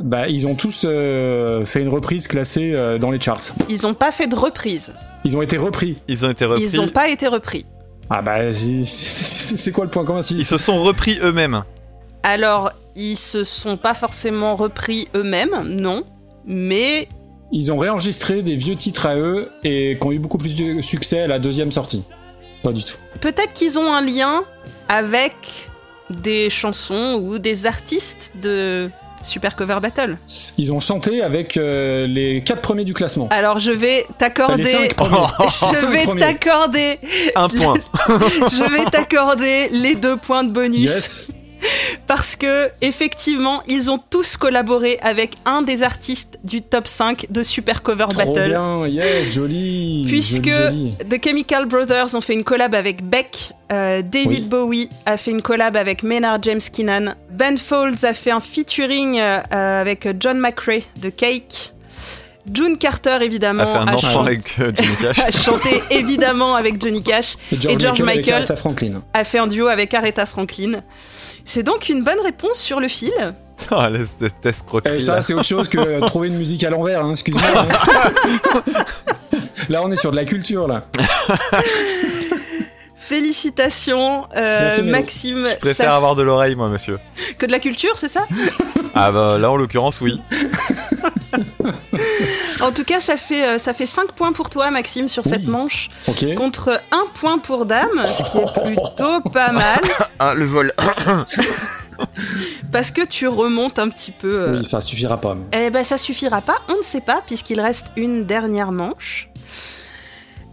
Bah, ils ont tous euh, fait une reprise classée euh, dans les charts. Ils ont pas fait de reprise. Ils ont été repris. Ils ont été repris. Ils ont pas été repris. Ah bah, c'est- c'est c'est quoi le point commun si- Ils se sont repris eux-mêmes. Alors ils se sont pas forcément repris eux-mêmes, non. Mais Ils ont réenregistré des vieux titres à eux et qui ont eu beaucoup plus de succès à la deuxième sortie. Pas du tout. peut-être qu'ils ont un lien avec des chansons ou des artistes de Super Cover Battle. Ils ont chanté avec euh, les quatre premiers du classement. Alors je vais t'accorder. Bah, les cinq premiers. Les je cinq vais premiers. t'accorder Un point. je vais t'accorder les deux points de bonus Yes. parce que effectivement ils ont tous collaboré avec un des artistes du top 5 de Super Cover Trop Battle. bien. Yes, joli. Puisque joli, joli. The Chemical Brothers ont fait une collab avec Beck, euh, David Oui. Bowie a fait une collab avec Maynard James Keenan, Ben Folds a fait un featuring euh, euh, avec John McRae de Cake, June Carter évidemment A fait un enfant chan- avec euh, Johnny Cash. a chanté évidemment avec Johnny Cash, George, et George avec Michael- Aretha Franklin. a fait un duo avec Aretha Franklin. C'est donc une bonne réponse sur le fil. Putain, laisse de test Et Eh, ça, c'est autre chose que euh, trouver une musique à l'envers, hein, excuse-moi. hein. là, on est sur de la culture, là. Félicitations, euh, Merci, Mélo. Maxime. Je préfère Ça- avoir de l'oreille, moi, monsieur. Que de la culture, c'est ça Ah bah là, en l'occurrence, oui. En tout cas, ça fait, euh, ça fait 5 points pour toi, Maxime, sur Oui. cette manche, Ok. contre 1 point pour Dame, ce qui est plutôt pas mal, Ah, le vol. parce que tu remontes un petit peu. euh. Oui, ça suffira pas. mais- Eh ben, ça suffira pas, on ne sait pas, puisqu'il reste une dernière manche.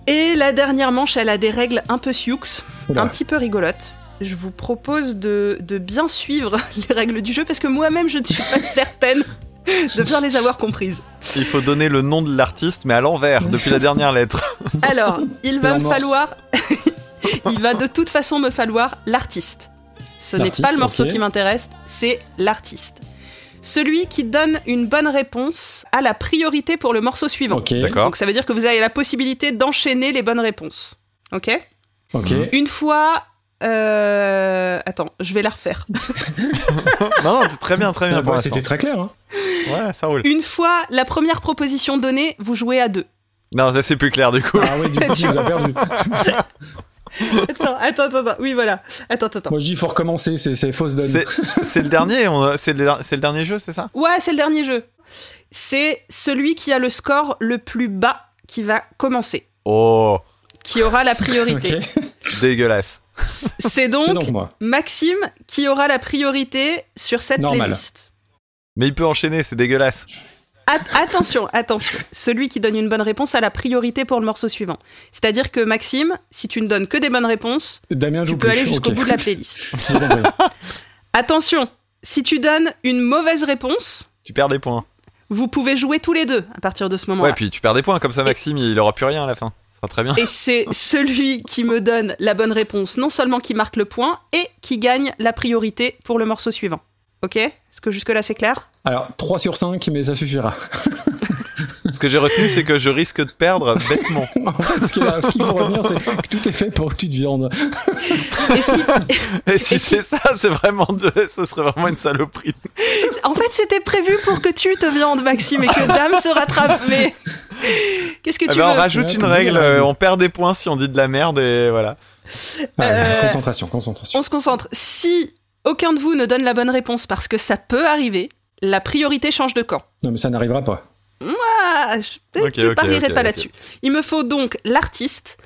Et la dernière manche, elle a des règles un peu sioux. Oula. un petit peu rigolote. Je vous propose de, de bien suivre les règles du jeu parce que moi-même je ne suis pas certaine de bien les avoir comprises. Il faut donner le nom de l'artiste, mais à l'envers, depuis la dernière lettre. Alors, il va Et en me morse. falloir. il va de toute façon me falloir l'artiste. Ce n'est L'artiste, pas le morceau ok. qui m'intéresse, c'est l'artiste. Celui qui donne une bonne réponse a la priorité pour le morceau suivant. Ok. D'accord. Donc ça veut dire que vous avez la possibilité d'enchaîner les bonnes réponses. Ok Ok. Une fois. euh, Attends, je vais la refaire. Non, non, t'es très bien, très bien. Ah, pour bah, l'instant. C'était très clair. Hein. Ouais, ça roule. Une fois la première proposition donnée, vous jouez à deux. Non, ça c'est plus clair du coup. Ah ouais, du coup, tu nous as perdu. Attends, attends, attends, attends. oui voilà. Attends, attends, attends. Moi, je dis, il faut recommencer, c'est c'est fausse donne. C'est c'est le dernier, on a- c'est le, c'est le dernier jeu, c'est ça Ouais, c'est le dernier jeu. C'est celui qui a le score le plus bas qui va commencer, Oh, qui aura la priorité. Ok. dégueulasse. C'est donc, C'est donc moi. Maxime qui aura la priorité sur cette Normal. playlist. Mais il peut enchaîner, c'est dégueulasse. At- attention, attention. Celui qui donne une bonne réponse a la priorité pour le morceau suivant. C'est-à-dire que Maxime, si tu ne donnes que des bonnes réponses, Damien tu joue peux plus. aller jusqu'au Ok. bout de la playlist. J'ai compris. Attention, si tu donnes une mauvaise réponse, Tu perds des points. vous pouvez jouer tous les deux à partir de ce Ouais, moment-là. puis tu perds des points, comme ça Maxime, il aura plus rien à la fin. Ça sera très bien. Et c'est celui qui me donne la bonne réponse, non seulement qui marque le point, et qui gagne la priorité pour le morceau suivant. Ok Est-ce que jusque-là c'est clair Alors, 3 sur 5, mais ça suffira. Ce que j'ai retenu, c'est que je risque de perdre bêtement. En fait, ce qu'il a- ce qu'il faut retenir, c'est que tout est fait pour que tu te viandes. Et si- Et si Et si- c'est ça, c'est vraiment de... ce serait vraiment une saloperie. En fait, c'était prévu pour que tu te viandes, Maxime, et que Dame se rattrape, mais. Qu'est-ce que Eh tu ben, on veux rajoute Ouais, une t'as règle, oublié la euh, règle. on perd des points si on dit de la merde et voilà. Ah, Euh, Concentration, concentration. On se concentre. Si aucun de vous ne donne la bonne réponse parce que ça peut arriver, la priorité change de camp. Non, mais ça n'arrivera pas. Ah, je, peut-être Ok, que je ok, parierais ok, pas ok. là-dessus. Il me faut donc l'artiste.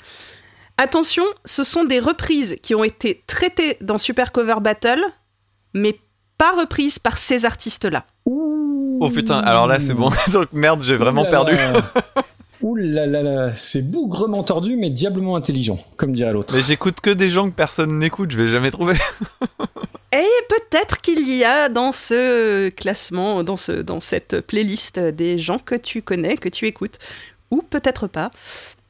Attention, ce sont des reprises qui ont été traitées dans Super Cover Battle, mais pas reprises par ces artistes-là. Oh putain, alors là c'est bon. Donc merde, j'ai vraiment Ouh là perdu. là. Ouh là là là, c'est bougrement tordu, mais diablement intelligent, comme dirait l'autre. Mais j'écoute que des gens que personne n'écoute, je vais jamais trouver. Et peut-être qu'il y a dans ce classement, dans, ce, dans cette playlist, des gens que tu connais, que tu écoutes, ou peut-être pas.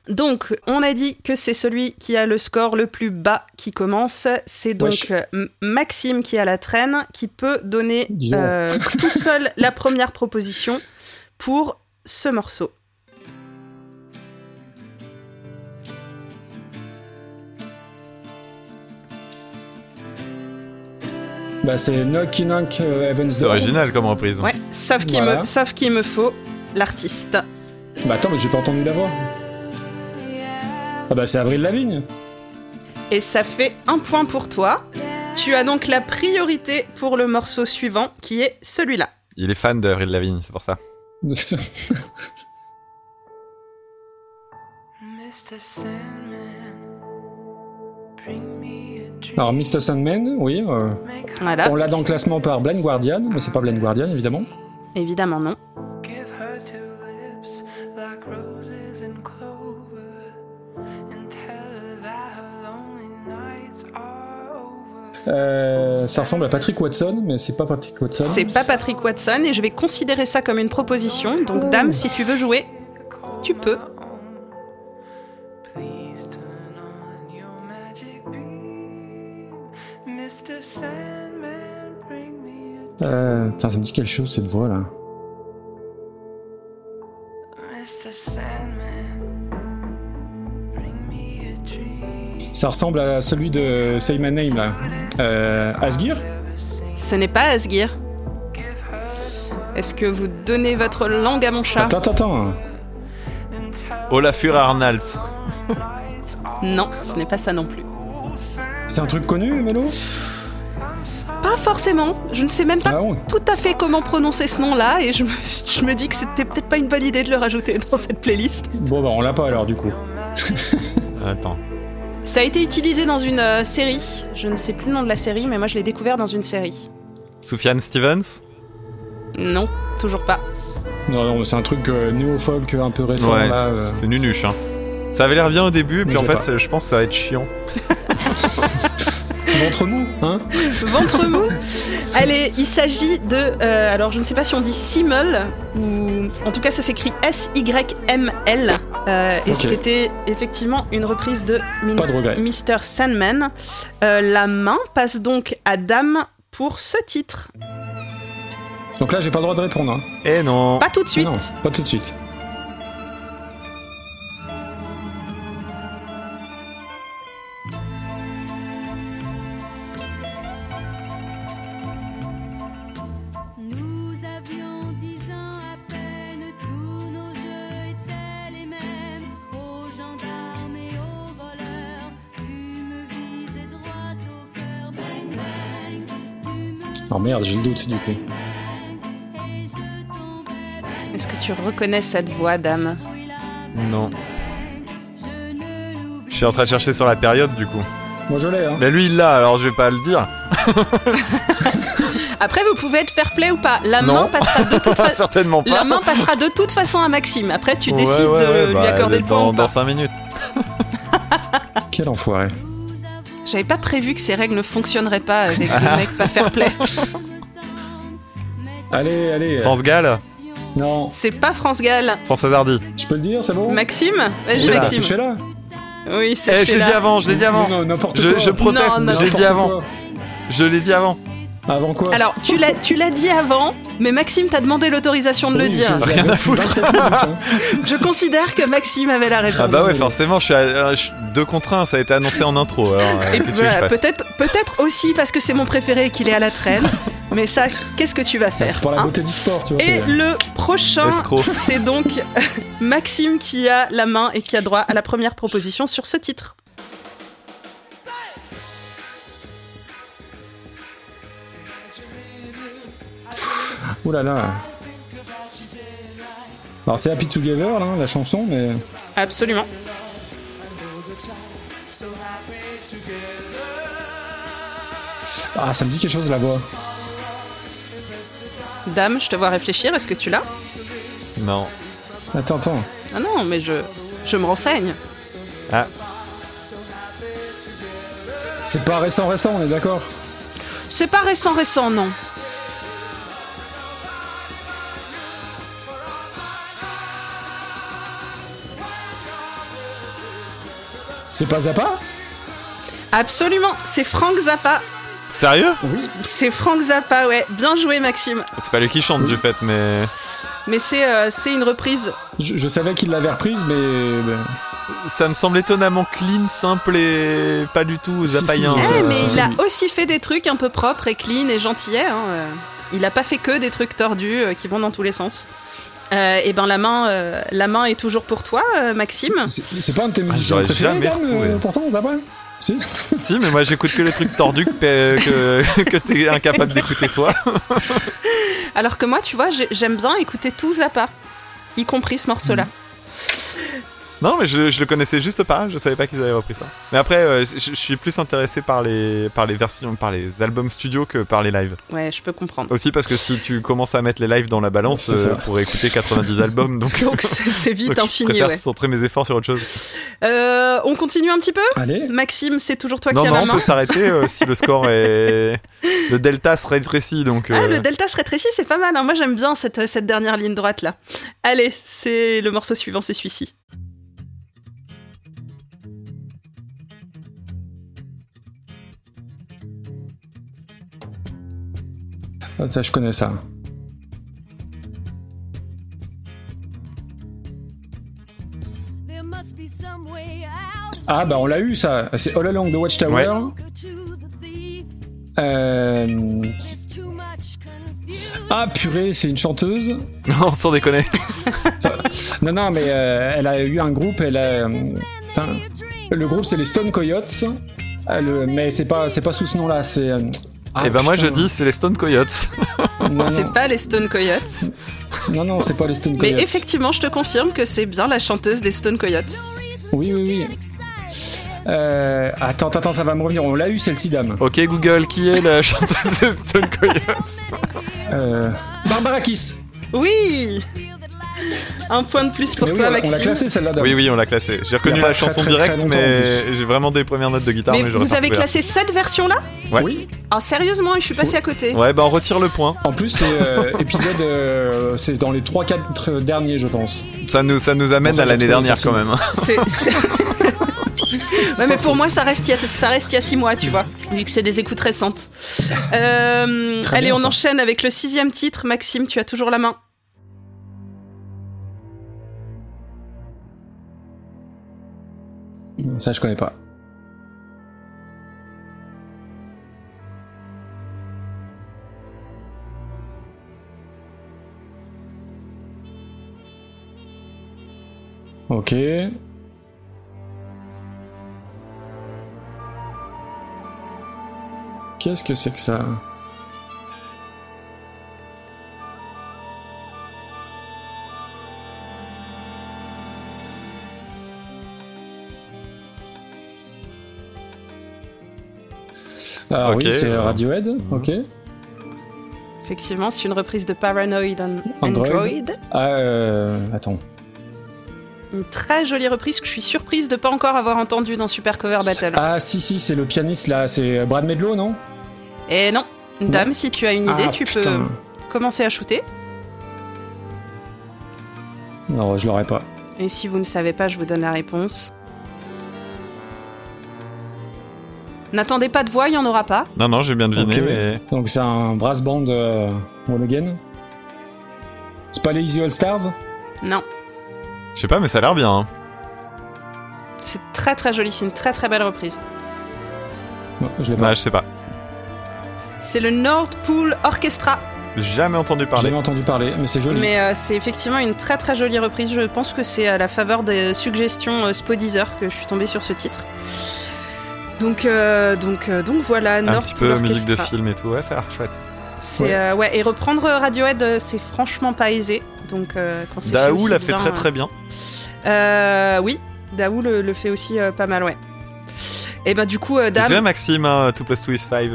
Donc, on a dit que c'est celui qui a le score le plus bas qui commence. C'est donc Wesh. euh, M- Maxime qui a la traîne, qui peut donner Dis donc. euh, tout seul la première proposition pour ce morceau. Bah, c'est Knocky Knock euh, Evans C'est original comme reprise. Ouais, sauf qu'il Voilà. me, sauf qu'il me faut l'artiste. Bah, attends, mais j'ai pas entendu la voix. Ah, bah, c'est Avril Lavigne. Et ça fait un point pour toi. Tu as donc la priorité pour le morceau suivant, qui est celui-là. Il est fan d'Avril Lavigne, c'est pour ça. Alors, Mr. Sandman, oui. euh, Voilà, on l'a dans le classement par Blind Guardian, mais c'est pas Blind Guardian, évidemment. évidemment non. Euh, ça ressemble à Patrick Watson, mais c'est pas Patrick Watson. C'est pas Patrick Watson et je vais considérer ça comme une proposition. Donc, dame, si tu veux jouer, tu peux. Euh, putain, ça me dit quelque chose cette voix là. Ça ressemble à celui de Say My Name là. Euh, Asgir Ce n'est pas Asgir. Est-ce que vous donnez votre langue à mon chat Attends, attends, attends. Olafur Arnalds. Non, ce n'est pas ça non plus. C'est un truc connu, Mélo Pas forcément. Je ne sais même pas Ah bon tout à fait comment prononcer ce nom-là et je me, je me dis que c'était peut-être pas une bonne idée de le rajouter dans cette playlist. Bon, bah on l'a pas alors du coup. Attends. Ça a été utilisé dans une euh, série. Je ne sais plus le nom de la série, mais moi je l'ai découvert dans une série. Soufiane Stevens Non, toujours pas. Non, non, c'est un truc euh, néo-folk un peu récent Ouais, là. euh. c'est nunuche. Hein. Ça avait l'air bien au début, puis Mais en j'ai fait, pas. ça- je pense que ça va être chiant. Ventre mou, hein Ventre mou. Allez, il s'agit de. euh, alors je ne sais pas si on dit Simmel ou. En tout cas, ça s'écrit S-Y-M-L. euh, et Ok. c'était effectivement une reprise de, Min- Pas de regret. Mr. Sandman. Euh, la main passe donc à Dame pour ce titre. Donc là, j'ai pas le droit de répondre. Hein. Ah Eh non Pas tout de suite. Non, pas tout de suite. Nous avions dix ans à peine, tous nos jeux étaient les mêmes. Oh, Aux gendarmes et aux voleurs, tu me visais droit au cœur. Bang, bang, tu me Oh merde, j'ai le doute du coup. bang, et je tombais. Bang, Est-ce que tu reconnais cette voix, Dame Non. je ne l'oublie Je suis en train de chercher sur la période, du coup. Moi je l'ai, hein. Mais lui, il l'a, alors je vais pas le dire. Après, vous pouvez être fair play ou pas. La Non. main passera de toute façon. Certainement La pas. main passera de toute façon à Maxime. Après, tu Ouais, décides ouais, de ouais, lui bah, accorder le point dans, ou pas. dans 5 minutes. Quel enfoiré. J'avais pas prévu que ces règles ne fonctionneraient pas avec les mecs pas fair play. Allez, allez. euh, France Gall, Non, C'est pas France Gall. Françoise Hardy. je peux le dire, c'est bon Maxime Vas-y, Oula, Maxime. c'est Sheila. Oui, Eh, c'est je l'ai Sheila. dit avant, je l'ai dit avant. Non, non, n'importe Je- quoi. je proteste, Non, non, je l'ai dit N'importe avant. quoi. Je l'ai dit avant. Avant quoi Alors, tu l'as, tu l'as dit avant, mais Maxime t'a demandé l'autorisation de le dire. Rien à foutre. hein. Je considère que Maxime avait la réponse. Ah bah ouais, désolé. forcément, je suis, à, euh, je suis deux contre un, ça a été annoncé en intro. Alors, euh, Et qu'est-ce que voilà, je fasse peut-être, peut-être aussi parce que c'est mon préféré et qu'il est à la traîne. mais ça, qu'est-ce que tu Bah, vas faire C'est pour la hein beauté du sport, tu vois. Et c'est- le prochain, Escroc. c'est donc Maxime qui a la main et qui a droit à la première proposition sur ce titre. Ouh là là. Alors c'est Happy Together, là, la chanson, mais... Absolument. Ah, ça me dit quelque chose, la voix. Dame, je te vois réfléchir, est-ce que tu l'as Non. Attends, attends. Ah non, mais je, je me renseigne. Ah, C'est pas récent, récent, on est d'accord C'est pas récent, récent, non. C'est pas Zappa Absolument, c'est Frank Zappa. sérieux C'est Frank Zappa, ouais. Bien joué, Maxime. C'est pas lui qui chante du fait, mais Mais c'est euh, c'est une reprise. je, je savais qu'il l'avait reprise, mais... mais- ça me semble étonnamment clean, simple et pas du tout Si, zapaïen. si, Eh, si, euh, mais si, il a aussi fait des trucs un peu propres et clean et gentillets. hein, euh. Il a pas fait que des trucs tordus euh, qui vont dans tous les sens. et ben la main, euh, la main est toujours pour toi, euh, Maxime. C'est c'est pas un de tes musiciens Ah, j'aurais préférés, jamais Dan, retrouvé. euh, pourtant, Zappa Si Si, mais moi j'écoute que les trucs tordus que, euh, que, que t'es incapable d'écouter toi. Alors que moi, tu vois, j'ai- j'aime bien écouter tout Zappa, y compris ce morceau-là. Non, mais je, je le connaissais juste pas, je savais pas qu'ils avaient repris ça. Mais après, euh, je, je suis plus intéressé par les, par les versions, par les albums studio que par les lives. Ouais, je peux comprendre. Aussi parce que si tu commences à mettre les lives dans la balance, C'est ça. euh, pour écouter 90 albums, donc. Donc c'est c'est vite donc je infini. préfère Ouais. centrer mes efforts sur autre chose. Euh, on continue un petit peu. Allez Maxime, c'est toujours toi Non, qui non, as la on main. peut s'arrêter euh, si le score est. Le delta se rétrécit, donc. Ah, euh, le delta se rétrécit, c'est pas mal. hein. Moi, j'aime bien cette, cette dernière ligne droite là. Allez, c'est le morceau suivant, c'est celui-ci. Ah, Ça, je connais ça. There must be some way out. Ah, bah on l'a eu, ça. C'est All Along the Watchtower. Go to the thief. Euh... It's too much confusion. Ah, purée, c'est une chanteuse. Non, sans déconner. Non, non, mais euh, elle a eu un groupe, elle a... euh, putain. Your drink. Le groupe c'est les Stone Coyotes, Euh, le- mais c'est pas c'est pas sous ce nom-là, c'est. euh, ah, et ben moi je putain. dis, c'est les Stone Coyotes. Non C'est non, pas les Stone Coyotes, non, non, c'est pas les Stone mais Coyotes. effectivement, je te confirme que c'est bien la chanteuse des Stone Coyotes. Oui oui oui. Euh, attends attends ça va me revenir. On l'a eu celle-ci dame. Ok, Google, qui est la chanteuse des Stone Coyotes Euh, Barbara Kiss. Oui Un point de plus pour Mais oui, toi, on l'a- on l'a Maxime. classée celle-là dame. Oui, oui, on l'a classée. J'ai reconnu Il y a la pas très, chanson très, très directe, longtemps, en mais j'ai vraiment des premières notes de guitare. Mais, mais j'aurais vous pas hein. avez retrouvé classé cette version là Ouais. Oui. Ah, sérieusement, je suis passée Oui. à côté. la- Ouais, bah on retire le point. En plus c'est euh, épisode euh, c'est dans les 3-4 derniers je pense. Ça nous, ça nous amène Bon, ça, à j'ai l'année trouvé dernière facile. quand même. hein. C'est- c'est- Ouais, mais pour moi, ça reste, il y a, ça reste il y a six mois, tu vois, vu que c'est des écoutes récentes. Euh, Très allez, bien, on ça. enchaîne avec le sixième titre. Maxime, tu as toujours la main. Ça je connais pas. Ok. Qu'est-ce que c'est que ça Ah Ok. oui, c'est Radiohead, ok. Effectivement, c'est une reprise de Paranoid on Android. Android. Ah, euh, attends. Une très jolie reprise que je suis surprise de pas encore avoir entendue dans Super Cover Battle. Ah si, si, c'est le pianiste là, c'est Brad Medlow, non Et non, dame, si tu as une idée, Ah, tu putain. peux commencer à shooter. Non, je l'aurais pas. Et si vous ne savez pas, je vous donne la réponse. N'attendez pas de voix, il n'y en aura pas. Non, non, j'ai bien deviné. Ok. mais- Donc c'est un brass band euh, One Again C'est pas les Easy All Stars Non, Je sais pas, mais ça a l'air bien. hein. c'est très très joli, c'est une très très belle reprise. Non, Je l'ai Bah, pas. je sais pas. C'est le Nord Pool Orchestra, Jamais entendu J'ai parler. jamais entendu parler, mais c'est joli. mais euh, c'est effectivement une très très jolie reprise. Je pense que c'est à la faveur des suggestions euh, Spodeezer que je suis tombée sur ce titre. Donc, euh, donc, euh, donc voilà, Un Nord petit Pool peu musique de Orchestra. film et tout. Ouais, ça a l'air chouette. C'est Ouais. euh, ouais, et reprendre euh, Radiohead, euh, c'est franchement pas aisé. Donc euh, quand c'est Daou aussi l'a fait bien, très très bien. euh, oui, Daou le, le fait aussi euh, pas mal, ouais. Et ben du coup, euh, Dame, Désolé, Maxime, hein, 2 plus 2 is 5.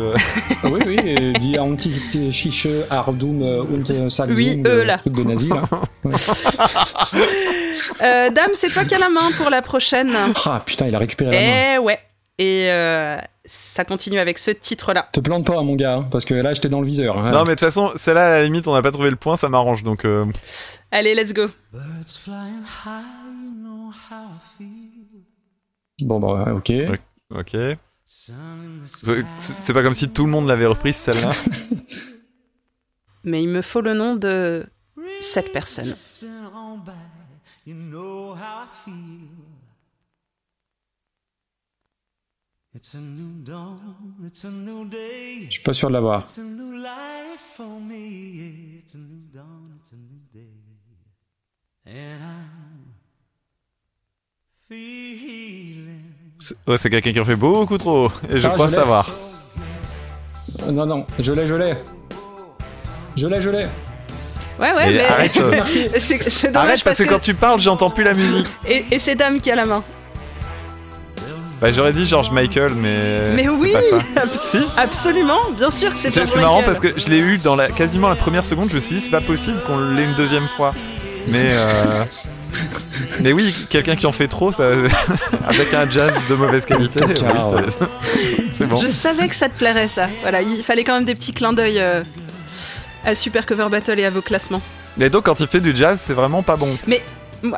oui, oui, euh, die Anti-Chiche Ardum und äh, Saxum, Oui, eux, le là. truc de nazi là. euh, Dame, c'est toi qui as la main pour la prochaine. Ah putain, il a récupéré la main. Eh ouais. Et euh, ça continue avec ce titre-là. Te plante pas, mon gars, hein, parce que là, j'étais dans le viseur. hein. Non, mais de toute façon, celle-là, à la limite, on n'a pas trouvé le point, ça m'arrange. Donc, euh, Allez, let's go. Birds flying high, you know how I feel. Bon, bah, ok. ok. Sun in the C'est sky. c'est pas comme si tout le monde l'avait reprise, celle-là. Mais il me faut le nom de cette personne. Drifting on by, you know how I feel. It's a new dawn, it's a new day. Je suis pas sûr de l'avoir. It's a new life for me. It's a new dawn, it's a new day. And I'm feeling C'est- Ouais, c'est quelqu'un qui en fait beaucoup trop. Et je Ah, crois je l'ai. savoir. Euh, Non, non, je l'ai, je l'ai. Je l'ai, je l'ai. Ouais, ouais, Mais mais. arrête, euh, c'est c'est dommage Arrête, parce que quand tu parles, j'entends plus la musique. Et, et c'est Dame qui a la main. Bah, j'aurais dit George Michael, mais. Mais c'est oui pas ça. abs- Si. Absolument Bien sûr que c'est C'est George c'est marrant Michael. parce que je l'ai eu dans la, quasiment la première seconde, je me suis dit c'est pas possible qu'on l'ait une deuxième fois. Mais euh, mais oui, quelqu'un qui en fait trop, ça, avec un jazz de mauvaise qualité, euh, Le tocard, oui, ça- c'est bon. Je savais que ça te plairait ça. Voilà, il fallait quand même des petits clins d'œil euh, à Super Cover Battle et à vos classements. Et donc quand il fait du jazz, c'est vraiment pas bon. Moi,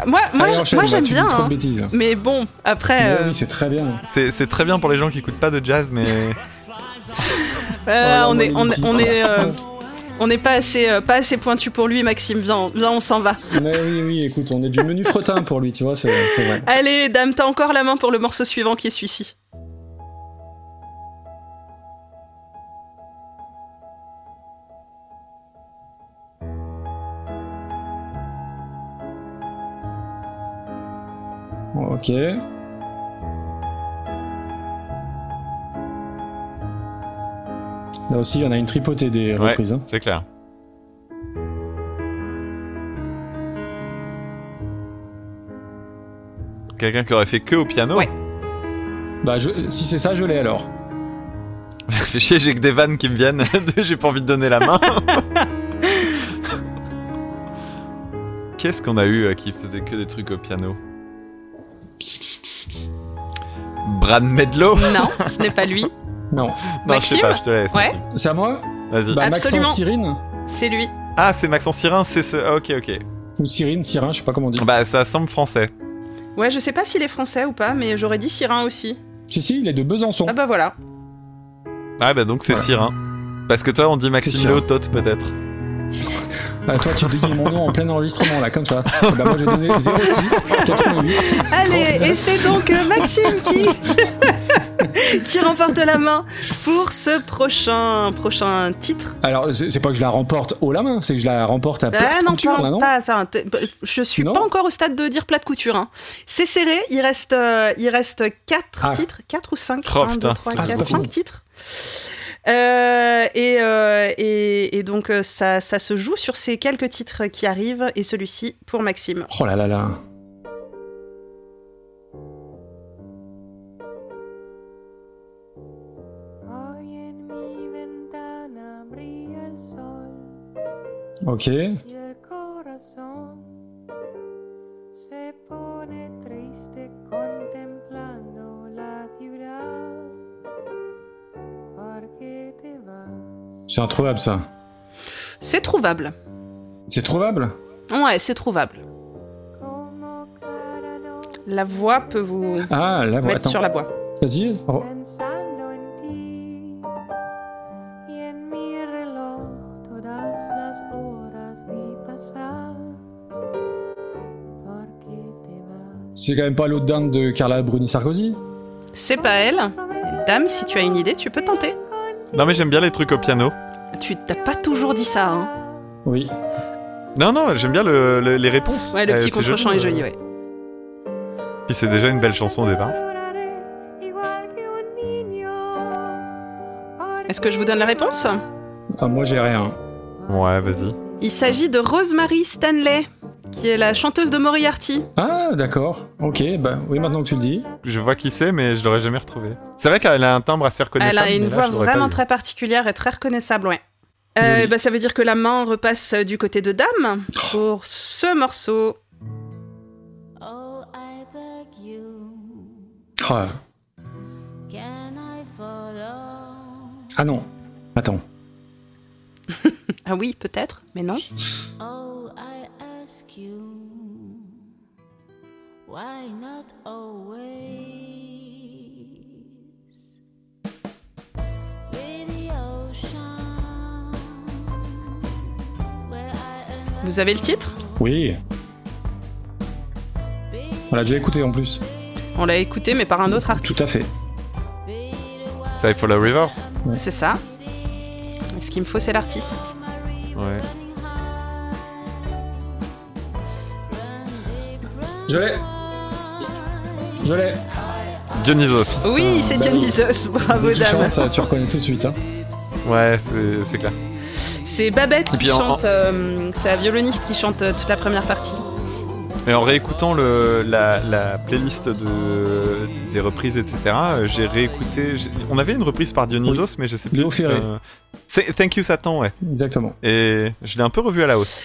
moi, moi, Allez, je- enchaîne, moi, bah, j'aime tu bien. dis trop hein. de bêtises. Mais bon, après, Mais euh, Oui, c'est très bien. C'est c'est très bien pour les gens qui écoutent pas de jazz, mais euh, Voilà, on moi, est, les on, est- bêtises. on est, euh, on n'est pas assez, euh, pas assez pointu pour lui, Maxime. Viens, on- viens, on s'en va. Mais oui, oui, écoute, on est du menu fretin pour lui, tu vois, c'est c'est vrai. Allez, dame, t'as encore la main pour le morceau suivant qui est celui-ci. Ok. Là aussi, on a une tripotée des Ouais. reprises. hein. c'est clair. Quelqu'un qui aurait fait que au piano. Ouais. Bah, je- si c'est ça, je l'ai alors. Fais chier, j'ai que des vannes qui me viennent. j'ai pas envie de donner la main. Qu'est-ce qu'on a eu euh, qui faisait que des trucs au piano Brad Medlow Non, ce n'est pas lui. Non. Non, je sais Maxime pas, je te laisse. Ouais. Maxime. C'est à moi Vas-y. Bah, Absolument. Maxence Cyrine C'est lui. Ah, c'est Maxence Cyrin, c'est ce. ah, ok, ok. Ou Cyrine, Cyrin, je sais pas comment on dit. Bah, ça semble français. Ouais, je sais pas s'il est français ou pas, mais j'aurais dit Sirin aussi. Si, si, il est de Besançon. Ah bah voilà. Ah, bah donc c'est Voilà. Cyrin. Parce que toi, on dit C'est Maxime Cyrin. Léotot, peut-être. Ah, toi, tu dis mon nom en plein enregistrement, là, comme ça. Bah, moi, j'ai donné 06 88. Allez, et c'est donc euh, Maxime qui qui remporte la main pour ce prochain prochain titre. Alors, c'est c'est pas que je la remporte haut la main, c'est que je la remporte à Ah perte non, couture, pas, là, hein, non pas- enfin, t- bah, je suis Non. pas encore au stade de dire plat de couture. hein. C'est serré, il reste euh, il reste quatre Ah. titres, quatre ou cinq, Oh, un, deux, putain. trois, Ah, c'est quatre, pas cinq fini. titres. Euh, et, euh, et, et donc euh, ça, ça se joue sur ces quelques titres qui arrivent et celui-ci pour Maxime. Oh là là là. Oh, you Ok. Y el corazón se pone triste contemplando la ciudad. ¿Por qué te vas? C'est introuvable ça. C'est trouvable. C'est trouvable Ouais, c'est trouvable. Como cada noche La voix peut vous Ah, là, bon, mettre attends. sur la voix. Vas-y. re- pensando en ti. Y en mi reloj todas las horas vi pasar. ¿Por qué te vas? C'est quand même pas l'autre dinde de Carla Bruni Sarkozy C'est pas elle. Dame, si tu as une idée, tu peux tenter. Non, mais j'aime bien les trucs au piano. Tu t'as pas toujours dit ça, hein. Oui. Non, non, j'aime bien le- le- les réponses. Ouais, le Euh, petit c'est contre-champ est joli, ouais. Puis c'est déjà une belle chanson au départ. Est-ce que je vous donne la réponse Ah, moi j'ai rien. Ouais, vas-y. Il s'agit de Rosemary Stanley, qui est la chanteuse de Moriarty. Ah, d'accord. Ok, bah oui, maintenant que tu le dis. Je vois qui c'est, mais je l'aurais jamais retrouvé. C'est vrai qu'elle a un timbre assez Elle reconnaissable. a une mais là, voix je l'aurais pas vraiment eu. très particulière et très reconnaissable, ouais. Euh, Oui. bah, ça veut dire que la main repasse euh, du côté de Dame pour ce morceau. Oh, I beg you, Ah, can I follow? ah non. Attends. Ah oui, peut-être, mais non. Oh, I ask you, why not always? Really ocean, where I am Vous avez le titre Oui. On l'a déjà écouté en plus. On l'a écouté, mais par un autre Tout artiste. à fait. Ça, il faut la reverse. C'est ça. Donc, Ce qu'il me faut, c'est l'artiste. Ouais. Je l'ai. Je l'ai. Dionysos. Oui, Putain, c'est bah oui. Dionysos. Bravo, Dès qu'il Dame. chante, ça, tu reconnais tout de suite. hein. Ouais, c'est c'est clair. C'est Babette Et qui puis en- chante, euh, c'est la violoniste qui chante euh, toute la première partie. Et en réécoutant le, la, la playlist de, des reprises, etc., euh, j'ai réécouté. j'ai- On avait une reprise par Dionysos, mais je sais plus. Léo Ferré. euh, c'est Thank You Satan, ouais. Exactement. Et je l'ai un peu revu à la hausse.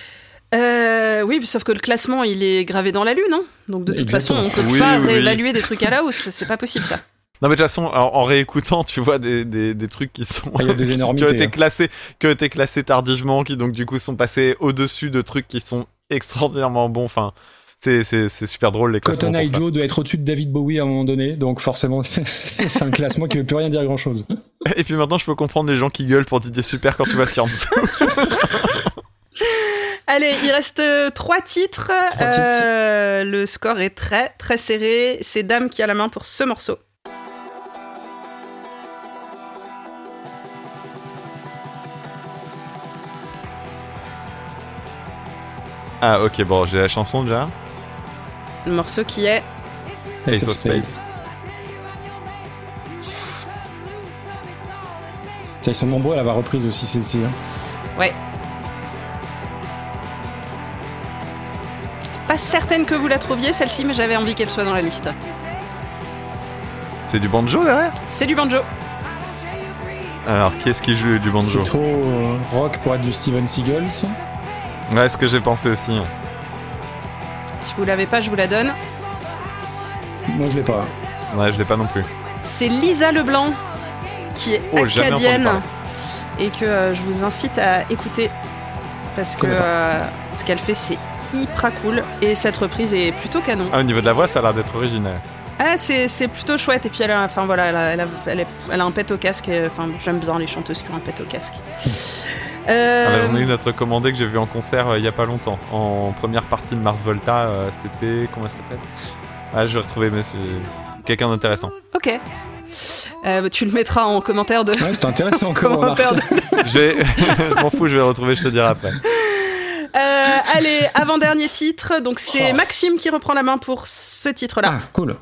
Euh, oui, sauf que le classement, il est gravé dans la lune, hein. donc de toute Exactement. façon, on peut Oui, pas oui. réévaluer des trucs à la hausse, c'est pas possible ça. Non, mais de toute façon, en, en réécoutant, tu vois des, des, des trucs qui sont. Ah, Il y a des qui ont énormités. été hein. classés, qui ont été classés tardivement, qui donc du coup sont passés au-dessus de trucs qui sont extraordinairement bons. Enfin, c'est, c'est, c'est super drôle les classements. Cotton Eye pour Joe doit être au-dessus de David Bowie à un moment donné, donc forcément c'est- c'est c'est un classement qui veut plus rien dire grand-chose. ça. Et puis maintenant, je peux comprendre les gens qui gueulent pour Didier Super quand tu vois ce qu'il y a en dessous. Allez, il reste euh, trois titres. Trois Euh, le score est très très serré. C'est Dame qui a la main pour ce morceau. Ah, ok, bon, j'ai la chanson déjà. Le morceau qui est. Ace Ace of of Spades. Spades. Ça, Ils sont nombreux à l'avoir reprise aussi celle-ci. hein. Pas certaine que vous la trouviez celle-ci, mais j'avais envie qu'elle soit dans la liste. C'est du banjo derrière C'est du banjo. Alors, qu'est-ce qui joue du banjo C'est trop euh, rock pour être du Steven Seagal. ça. Ouais, ce que j'ai pensé aussi. Si vous l'avez pas, je vous la donne. Moi je l'ai pas. Ouais, je l'ai pas non plus. C'est Lisa Leblanc qui est Oh, jamais entendu acadienne parler. et que euh, je vous incite à écouter parce que connais pas. euh, ce qu'elle fait c'est hyper cool et cette reprise est plutôt canon. Ah, au niveau de la voix, ça a l'air d'être original. Ah, c'est c'est plutôt chouette et puis elle a, enfin, voilà, elle a, elle a, elle a- elle a un pet au casque. et, Enfin, j'aime bien les chanteuses qui ont un pet au casque. Euh, Alors, on a eu notre commandée que j'ai vu en concert euh, il y a pas longtemps. En première partie de Mars Volta, euh, c'était. Comment ça s'appelle Ah, je vais retrouver monsieur. Quelqu'un d'intéressant. ok. Euh, bah, tu le mettras en commentaire de. Ouais, c'est intéressant comment on commentaire de- je vais- je m'en fous, je vais le retrouver, je te dirai après. Euh, allez, avant dernier titre. Donc c'est Oh. Maxime qui reprend la main pour ce titre-là. Ah, cool.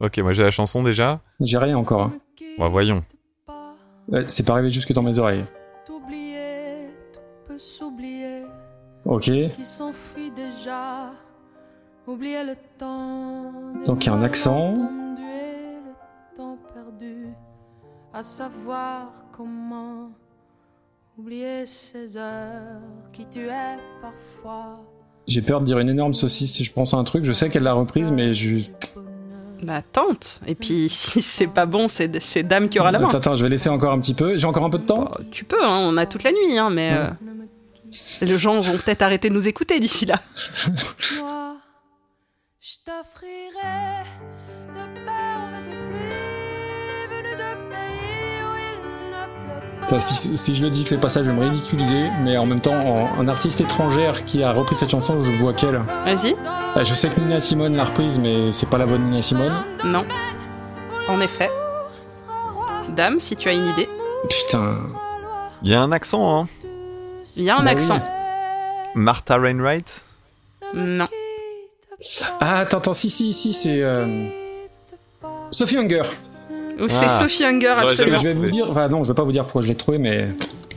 Ok, moi j'ai la chanson déjà. J'ai rien encore. hein. Bah, voyons. pas Ouais, C'est pas arrivé jusque dans mes oreilles. t'oublier, tout peut s'oublier, Ok. qui s'enfuit déjà. Oublier le temps. des Donc, il y a un accent. malentendus et perdu à savoir comment oublier ces heures qui tuaient parfois. J'ai peur de dire une énorme saucisse si je pense à un truc. Je sais qu'elle l'a reprise, mais je. Bah tente. Et puis si c'est pas bon, c'est c'est Dame qui aura la main. Attends, attends, je vais laisser encore un petit peu. J'ai encore un peu de temps. Bah, tu peux, hein, on a toute la nuit, hein, mais euh, les gens vont peut-être arrêter de nous écouter d'ici là. Moi, je t'offrirai de perles de pluie venues de pays où il ne pleut pas. Putain, si, si je le dis que c'est pas ça, je vais me ridiculiser. Mais en même temps, en- un artiste étrangère qui a repris cette chanson, je vois qu'elle. Vas-y. Bah, je sais que Nina Simone l'a reprise, mais c'est pas la bonne Nina Simone. Non. En effet. Dame, si tu as une idée, Putain. Il y a un accent, hein. Euh, il y a un Bah oui. accent. Martha Rainwright. Non. Ah, attends, attends, si, si, si, c'est. euh, Sophie Hunger. Ou c'est Ah. Sophie Hunger, J'aurais Et jamais- absolument. je vais vous retrouvé. dire. Enfin, non, je vais pas vous dire pourquoi je l'ai trouvé, mais.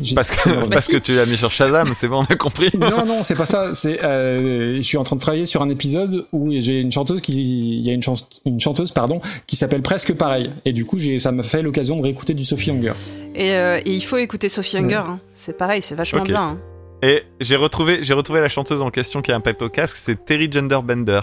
j'ai- Parce je que, me parce Bah, si. que tu l'as mis sur Shazam, c'est bon, on a compris. Non, non, c'est pas ça. C'est, euh, je suis en train de travailler sur un épisode où j'ai une chanteuse qui, il y a une, chan- une chanteuse pardon, qui s'appelle presque pareil. Et du coup, j'ai, ça m'a fait l'occasion de réécouter du Sophie Hunger. Et, euh, et il faut écouter Sophie Hunger. hein. C'est pareil, c'est vachement Ok. bien. hein. Et j'ai retrouvé, j'ai retrouvé la chanteuse en question qui a un pet au casque, c'est Terry Genderbender.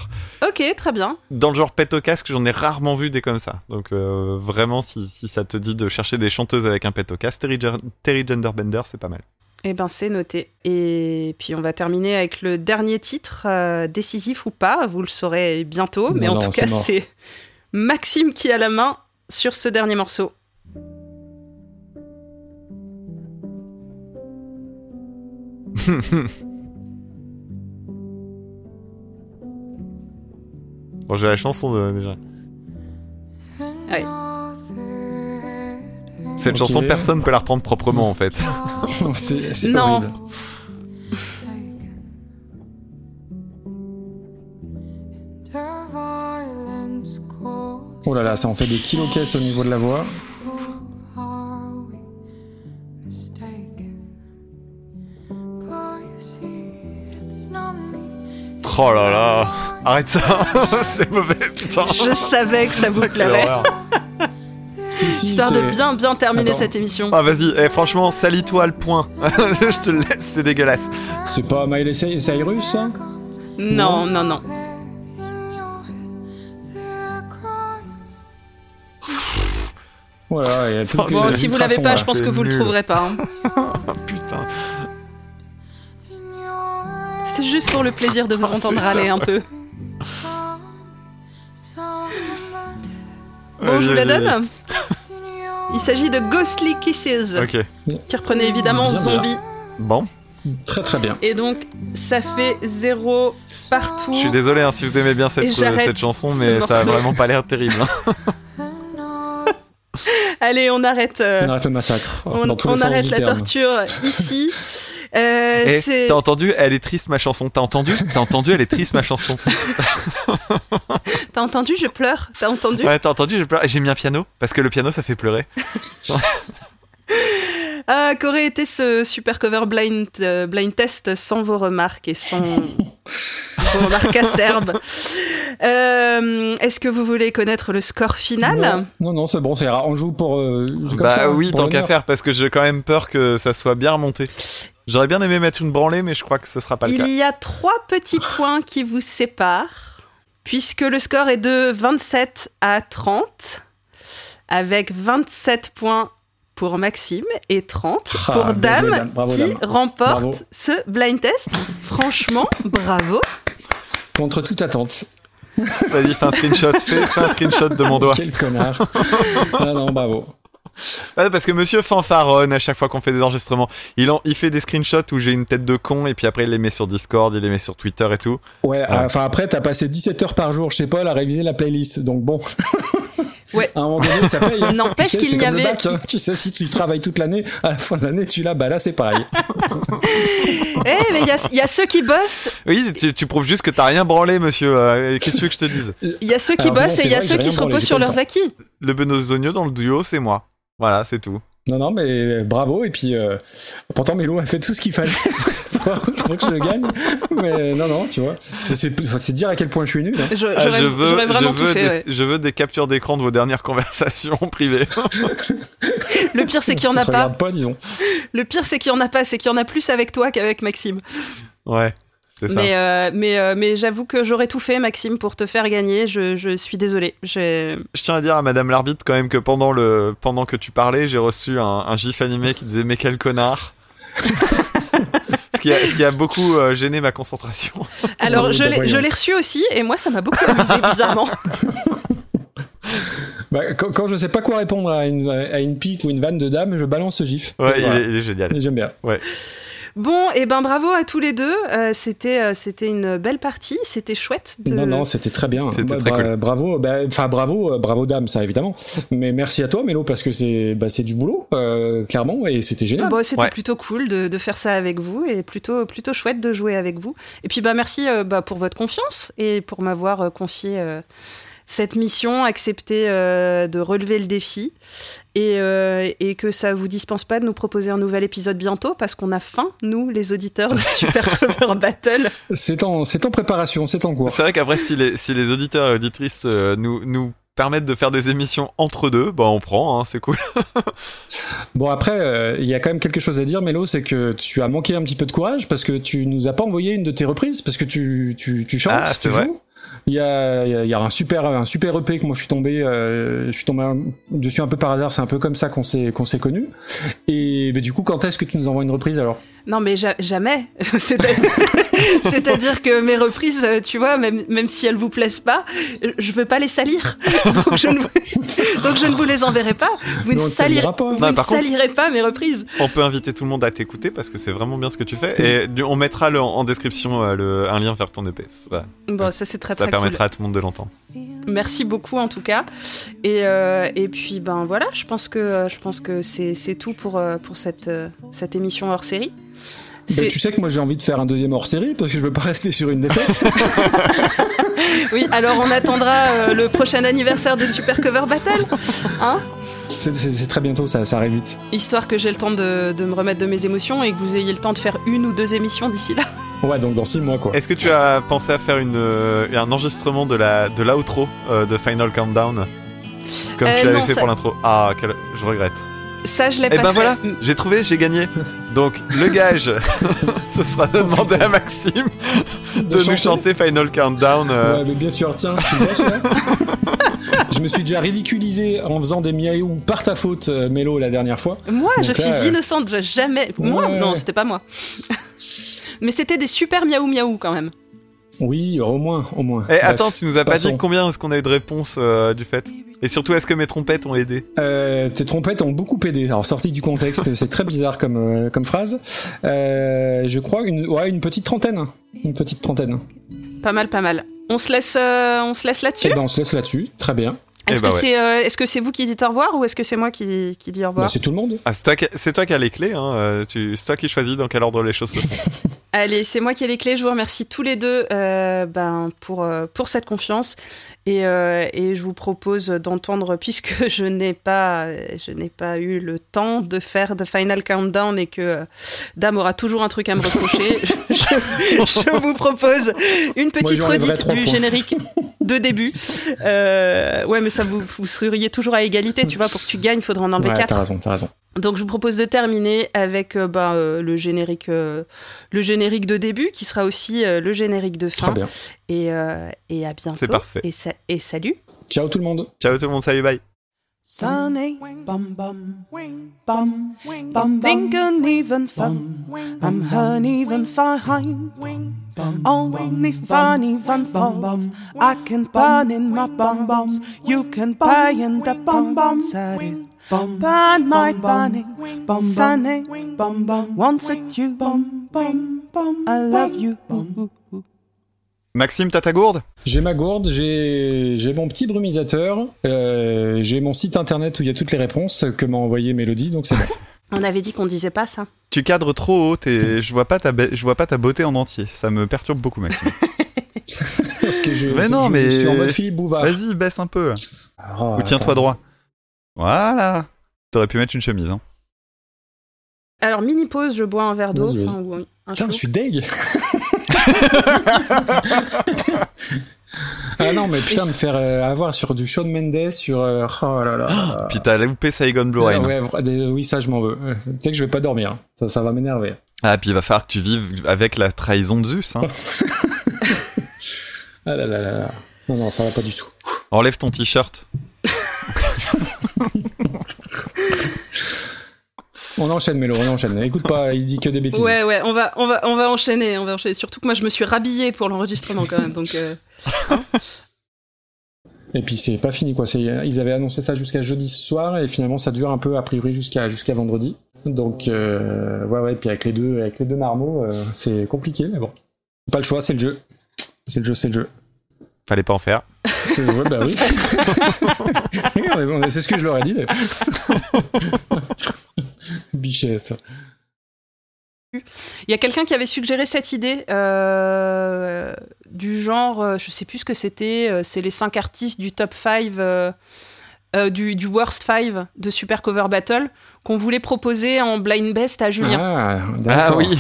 Ok, très bien. Dans le genre pet au casque, j'en ai rarement vu des comme ça. Donc euh, vraiment, si, si ça te dit de chercher des chanteuses avec un pet au casque, Terry, Gen- Terry Genderbender, c'est pas mal. Eh ben, c'est noté. Et puis, on va terminer avec le dernier titre, euh, décisif ou pas, vous le saurez bientôt. Mais Non, en non, tout c'est cas, mort. c'est Maxime qui a la main sur ce dernier morceau. Bon, j'ai la chanson euh, déjà. Ouais. Cette Ok. chanson, personne peut la reprendre proprement en fait. c'est, c'est Non. horrible. Oh là là, ça en fait des kilos caisses au niveau de la voix. Oh là là, arrête ça, c'est mauvais, putain. Je savais que ça vous Quelle plairait. horreur. Si, si, Histoire de c'est- bien, bien terminer Attends. cette émission. Ah vas-y, eh, franchement, salis-toi le point. je te laisse, c'est dégueulasse. C'est pas Miley Cy- Cyrus ça Non, non, non. Voilà, il y a toutes Bon, Bon, les si vous ultrasons, l'avez pas, là. je pense que vous le nul. trouverez pas. hein. Putain. C'était juste pour le plaisir de vous Ah, entendre râler un peu. Bon, je vous la Vas-y, vas-y. donne. Il s'agit de Ghostly Kisses, Ok. qui reprenait évidemment Bien, bien. Zombie. Bon, Très très bien. Et donc, ça fait zéro partout. je suis désolé hein, si vous aimez bien cette, euh, Et j'arrête cette chanson, ce mais ça a morceau. vraiment pas l'air terrible. hein. Allez, on arrête. euh, On arrête le massacre. on dans tous les on sens arrête du la terme. torture ici. Euh, Eh, c'est- T'as entendu Elle est triste ma chanson. T'as entendu T'as entendu Elle est triste ma chanson. T'as entendu Je pleure. T'as entendu Ouais, t'as entendu J'ai pleuré. J'ai mis un piano parce que le piano ça fait pleurer. Ah, qu'aurait été ce super cover blind, euh, blind test sans vos remarques et sans vos remarques acerbes Euh, Est-ce que vous voulez connaître le score final Non, non, non, c'est bon, c'est rare. On joue pour. euh, comme bah ça, oui, pour tant qu'à l'honneur. faire parce que j'ai quand même peur que ça soit bien remonté. J'aurais bien aimé mettre une branlée, mais je crois que ce sera pas le Il cas. y a trois petits points qui vous séparent, puisque le score est de 27 à 30, avec 27 points pour Maxime et 30 Ah, pour bien joué, Dame, Dame. Bravo, qui Dame. remporte Bravo. ce blind test. Franchement, bravo Contre toute attente. Vas-y, fais un screenshot. Fais, fais un screenshot de mon doigt. Quel connard. ah non, bravo. Ouais, parce que monsieur fanfaronne à chaque fois qu'on fait des enregistrements. Il, en, il fait des screenshots où j'ai une tête de con et puis après il les met sur Discord, il les met sur Twitter et tout. Ouais, Ah. enfin après, t'as passé 17 heures par jour chez Paul à réviser la playlist, donc bon. Ouais. À un moment donné, ça paye. hein. N'empêche Tu sais, qu'il c'est n'y comme le avait- bac, hein. Tu sais, si tu travailles toute l'année, à la fin de l'année, tu l'as, bah là, c'est pareil. Eh, mais il y a- il y a ceux qui bossent Oui, tu, tu prouves juste que t'as rien branlé, monsieur. euh, Qu'est-ce que tu veux que je te dise Il y a ceux qui Alors, bossent non, et il y a c'est vrai, ceux j'ai qui rien se branlé, reposent j'ai sur pas eu le leurs acquis. Le Benozonio dans le duo, c'est moi. Voilà, c'est tout. Non, non, mais bravo. Et puis, euh, pourtant, Mélo a fait tout ce qu'il fallait. espoirs pour que je le gagne. Mais non, non, tu vois. C'est- C'est c'est dire à quel point je suis nul. hein. Je- J'aurais Ah, je, veux, j'aurais vraiment je tout veux fait. des, ouais. je veux des captures d'écran de vos dernières conversations privées. Le pire, c'est qu'il n'y en Ça a se pas. regarde pas, disons. Le pire, c'est qu'il n'y en a pas. C'est qu'il y en a plus avec toi qu'avec Maxime. Ouais, c'est ça. Mais, euh, mais, euh, mais j'avoue que j'aurais tout fait, Maxime, pour te faire gagner. Je, je suis désolée. J'ai- Je tiens à dire à Madame l'arbitre quand même que pendant, le, pendant que tu parlais, j'ai reçu un, un gif animé qui disait Mais quel connard ce, qui a, ce qui a beaucoup euh, gêné ma concentration. Alors, Oui, je bah, l'ai je voyons. l'ai reçu aussi, et moi, ça m'a beaucoup amusé, bizarrement. Bah, quand, quand je sais pas quoi répondre à une, à une pique ou une vanne de dame, je balance ce gif. Ouais, il Voilà. est, il est génial. Et J'aime bien. Bon, et ben bravo à tous les deux. Euh, c'était euh, c'était une belle partie. C'était chouette. De... Non, non, c'était très bien. C'était très cool. Bravo, bah, enfin bravo, euh, bravo dame, ça évidemment. Mais merci à toi, Mélo, parce que c'est bah, c'est du boulot, euh, clairement, et c'était génial. Bon, Bah, c'était Ouais. plutôt cool de, de faire ça avec vous et plutôt, plutôt chouette de jouer avec vous. Et puis bah, merci euh, bah, pour votre confiance et pour m'avoir euh, confié euh, cette mission, accepté euh, de relever le défi et, euh, et que ça vous dispense pas de nous proposer un nouvel épisode bientôt parce qu'on a faim, nous, les auditeurs de Super Cover Battle. C'est en, c'est en préparation, c'est en cours. C'est vrai qu'après, si les, si les auditeurs et auditrices euh, nous, nous permettent de faire des émissions entre deux, bah on prend, hein, c'est cool. Bon après, euh, il y a quand même quelque chose à dire, Mélo, c'est que tu as manqué un petit peu de courage parce que tu nous as pas envoyé une de tes reprises parce que tu tu, tu chantes, Ah, c'est tu vrai. joues. Il y a, il y a- il y a un super un super EP que moi je suis tombé euh, je suis tombé un- dessus un peu par hasard, c'est un peu comme ça qu'on s'est qu'on s'est connus. Et mais du coup, quand est-ce que tu nous envoies une reprise alors Euh, Non, mais ja- jamais. C'est-à- C'est-à-dire que mes reprises, euh, tu vois, même, même si elles vous plaisent pas, euh, je veux pas les salir. Donc je ne vous, donc je ne vous les enverrai pas. Vous Non, on ne ne salira salirez, pas. vous Non, ne par contre- salirez pas mes reprises. On peut inviter tout le monde à t'écouter parce que c'est vraiment bien ce que tu fais. Et du- on mettra le- en description euh, le- un lien vers ton EPS. Voilà. Bon, ça c'est très très Ça cool. permettra à tout le monde de l'entendre. Merci beaucoup en tout cas. Et, euh, et puis ben voilà, je pense que euh, je pense que c'est c'est tout pour euh, pour cette euh, cette émission hors série. Ben, C'est- Tu sais que moi j'ai envie de faire un deuxième hors série parce que je veux pas rester sur une défaite. Oui, alors on attendra euh, le prochain anniversaire de Super Cover Battle, hein c'est c'est- c'est très bientôt, ça, ça arrive vite. Histoire que j'ai le temps de, de me remettre de mes émotions et que vous ayez le temps de faire une ou deux émissions d'ici là. Ouais, donc dans six mois quoi. Est-ce que tu as pensé à faire une, euh, un enregistrement de la de l'outro euh, de Final Countdown comme Euh, tu l'avais non, fait ça- pour l'intro Ah, quel- je regrette. Ça, je l'ai Eh pas ben fait. voilà, j'ai trouvé, j'ai gagné. Donc le gage, ce sera de demander à Maxime de, nous chanter Final Countdown. euh, Ouais, mais bien sûr, tiens, tu vois celui-là Je me suis déjà ridiculisé en faisant des miaou par ta faute, euh, Mélo, la dernière fois. Moi, je Donc là, suis euh, innocente, je- jamais. Moi, Ouais. non, c'était pas moi. Mais c'était des super miaou miaou quand même. Oui, au moins, au moins. Eh Bref. attends, tu nous as pas passons. dit combien est-ce qu'on a eu de réponses euh, du fait Et surtout, est-ce que mes trompettes ont aidé Euh, tes trompettes ont beaucoup aidé. Alors, sorti du contexte, c'est très bizarre comme, euh, comme phrase. Euh, je crois une, ouais, une petite trentaine. Une petite trentaine. Pas mal, pas mal. On se laisse, euh, on se laisse Et là-dessus. ben, on se laisse là-dessus. Très bien. Eh Est-ce ben que ouais. c'est, euh, est-ce que c'est vous qui dites au revoir ou est-ce que c'est moi qui, qui dis au Bah, revoir c'est tout le monde. Ah, c'est toi, qui- c'est toi qui as les clés, hein, euh, tu- c'est toi qui choisis dans quel ordre les choses se font. Allez, c'est moi qui ai les clés. Je vous remercie tous les deux euh, ben, pour, euh, pour cette confiance. Et, euh, et je vous propose d'entendre, puisque je n'ai pas, je n'ai pas eu le temps de faire The Final Countdown et que euh, Dame aura toujours un truc à me reprocher, je, je vous propose une petite j'enlèverais redite trois du points. générique de début. Euh, ouais, mais ça, vous, vous seriez toujours à égalité, tu vois. Pour que tu gagnes, il faudra en enlever Ouais, quatre. t'as raison, t'as raison. Donc je vous propose de terminer avec euh, bah, euh, le générique, euh, le générique de début qui sera aussi euh, le générique de Très fin. bien. Et, euh, et à bientôt. C'est parfait. Et, sa- et salut. Ciao tout le monde. Ciao tout le monde, salut, bye. Sunny, bum bum, bum, bum, think an even fun. I'm hun even fine. Only funny fun bum. I can burn in my bum bums. You can buy in the bum bum. Sunny, bum, burn my bunny. Bum sunny, bum bum. Once at you, bum bum bum. I love you. Ooh, ooh, ooh. Maxime, t'as ta gourde J'ai ma gourde, j'ai j'ai mon petit brumisateur, euh, j'ai mon site internet où il y a toutes les réponses que m'a envoyé Mélodie, donc c'est bon. On avait dit qu'on disait pas ça. Tu cadres trop haut et je vois pas ta be- je vois pas ta beauté en entier. Ça me perturbe beaucoup, Maxime. Parce que je, Mais non, je mais- suis en mode Philippe Bouvard. Vas-y, baisse un peu. Ah, Ou tiens-toi attends. droit. Voilà. T'aurais pu mettre une chemise. Hein. Alors, mini pause, je bois un verre d'eau. Vas-y, enfin, ou un- un Putain, chou. je suis deg Ah non, mais putain, me faire euh, avoir sur du Shawn Mendes, sur... euh, oh là là là. Puis t'as loupé Saigon Blue Rain. Ah ouais, vra- des- oui, ça, je m'en veux. Euh, Tu sais que je vais pas dormir. Ça, ça va m'énerver. Ah, puis il va falloir que tu vives avec la trahison de Zeus. hein. Ah là là là là. Non, non, ça va pas du tout. Enlève ton t-shirt. On enchaîne, Mélo, on enchaîne. Écoute pas, il dit que des bêtises. Ouais, ouais, on va, on, va, on va enchaîner, on va enchaîner. Surtout que moi, je me suis rhabillée pour l'enregistrement quand même. Donc, euh, Et puis c'est pas fini quoi. C'est ils avaient annoncé ça jusqu'à jeudi soir et finalement ça dure un peu a priori jusqu'à jusqu'à vendredi. Donc euh, ouais ouais. Puis avec les deux avec les deux marmots, euh, c'est compliqué mais bon. Pas le choix, c'est le jeu. C'est le jeu, c'est le jeu. Fallait pas en faire. C'est ouais, bah oui. Oui, on est- on est- c'est ce que je leur ai dit. d'ailleurs. Bichette. Il y a quelqu'un qui avait suggéré cette idée euh, du genre, euh, je sais plus ce que c'était, euh, c'est les cinq artistes du top 5, du, du worst 5 de Super Cover Battle, qu'on voulait proposer en blind best à Julien. Ah, Ah d'accord. oui.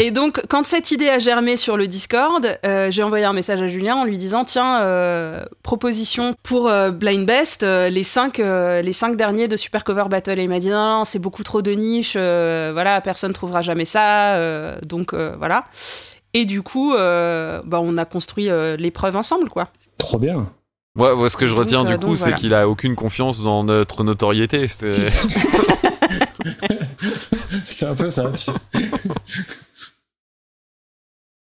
Et donc, quand cette idée a germé sur le Discord, euh, j'ai envoyé un message à Julien en lui disant Tiens, euh, proposition pour euh, blind best, euh, les, cinq, euh, les cinq derniers de Super Cover Battle. Et il m'a dit Non, non, c'est beaucoup trop de niche, euh, voilà, personne trouvera jamais ça, euh, donc euh, voilà. Et du coup, euh, bah, on a construit euh, l'épreuve ensemble, quoi. Trop bien. Ouais, ouais, ce que je Donc, retiens euh, du donc coup, voilà. c'est qu'il a aucune confiance dans notre notoriété. C'est- C'est un peu ça.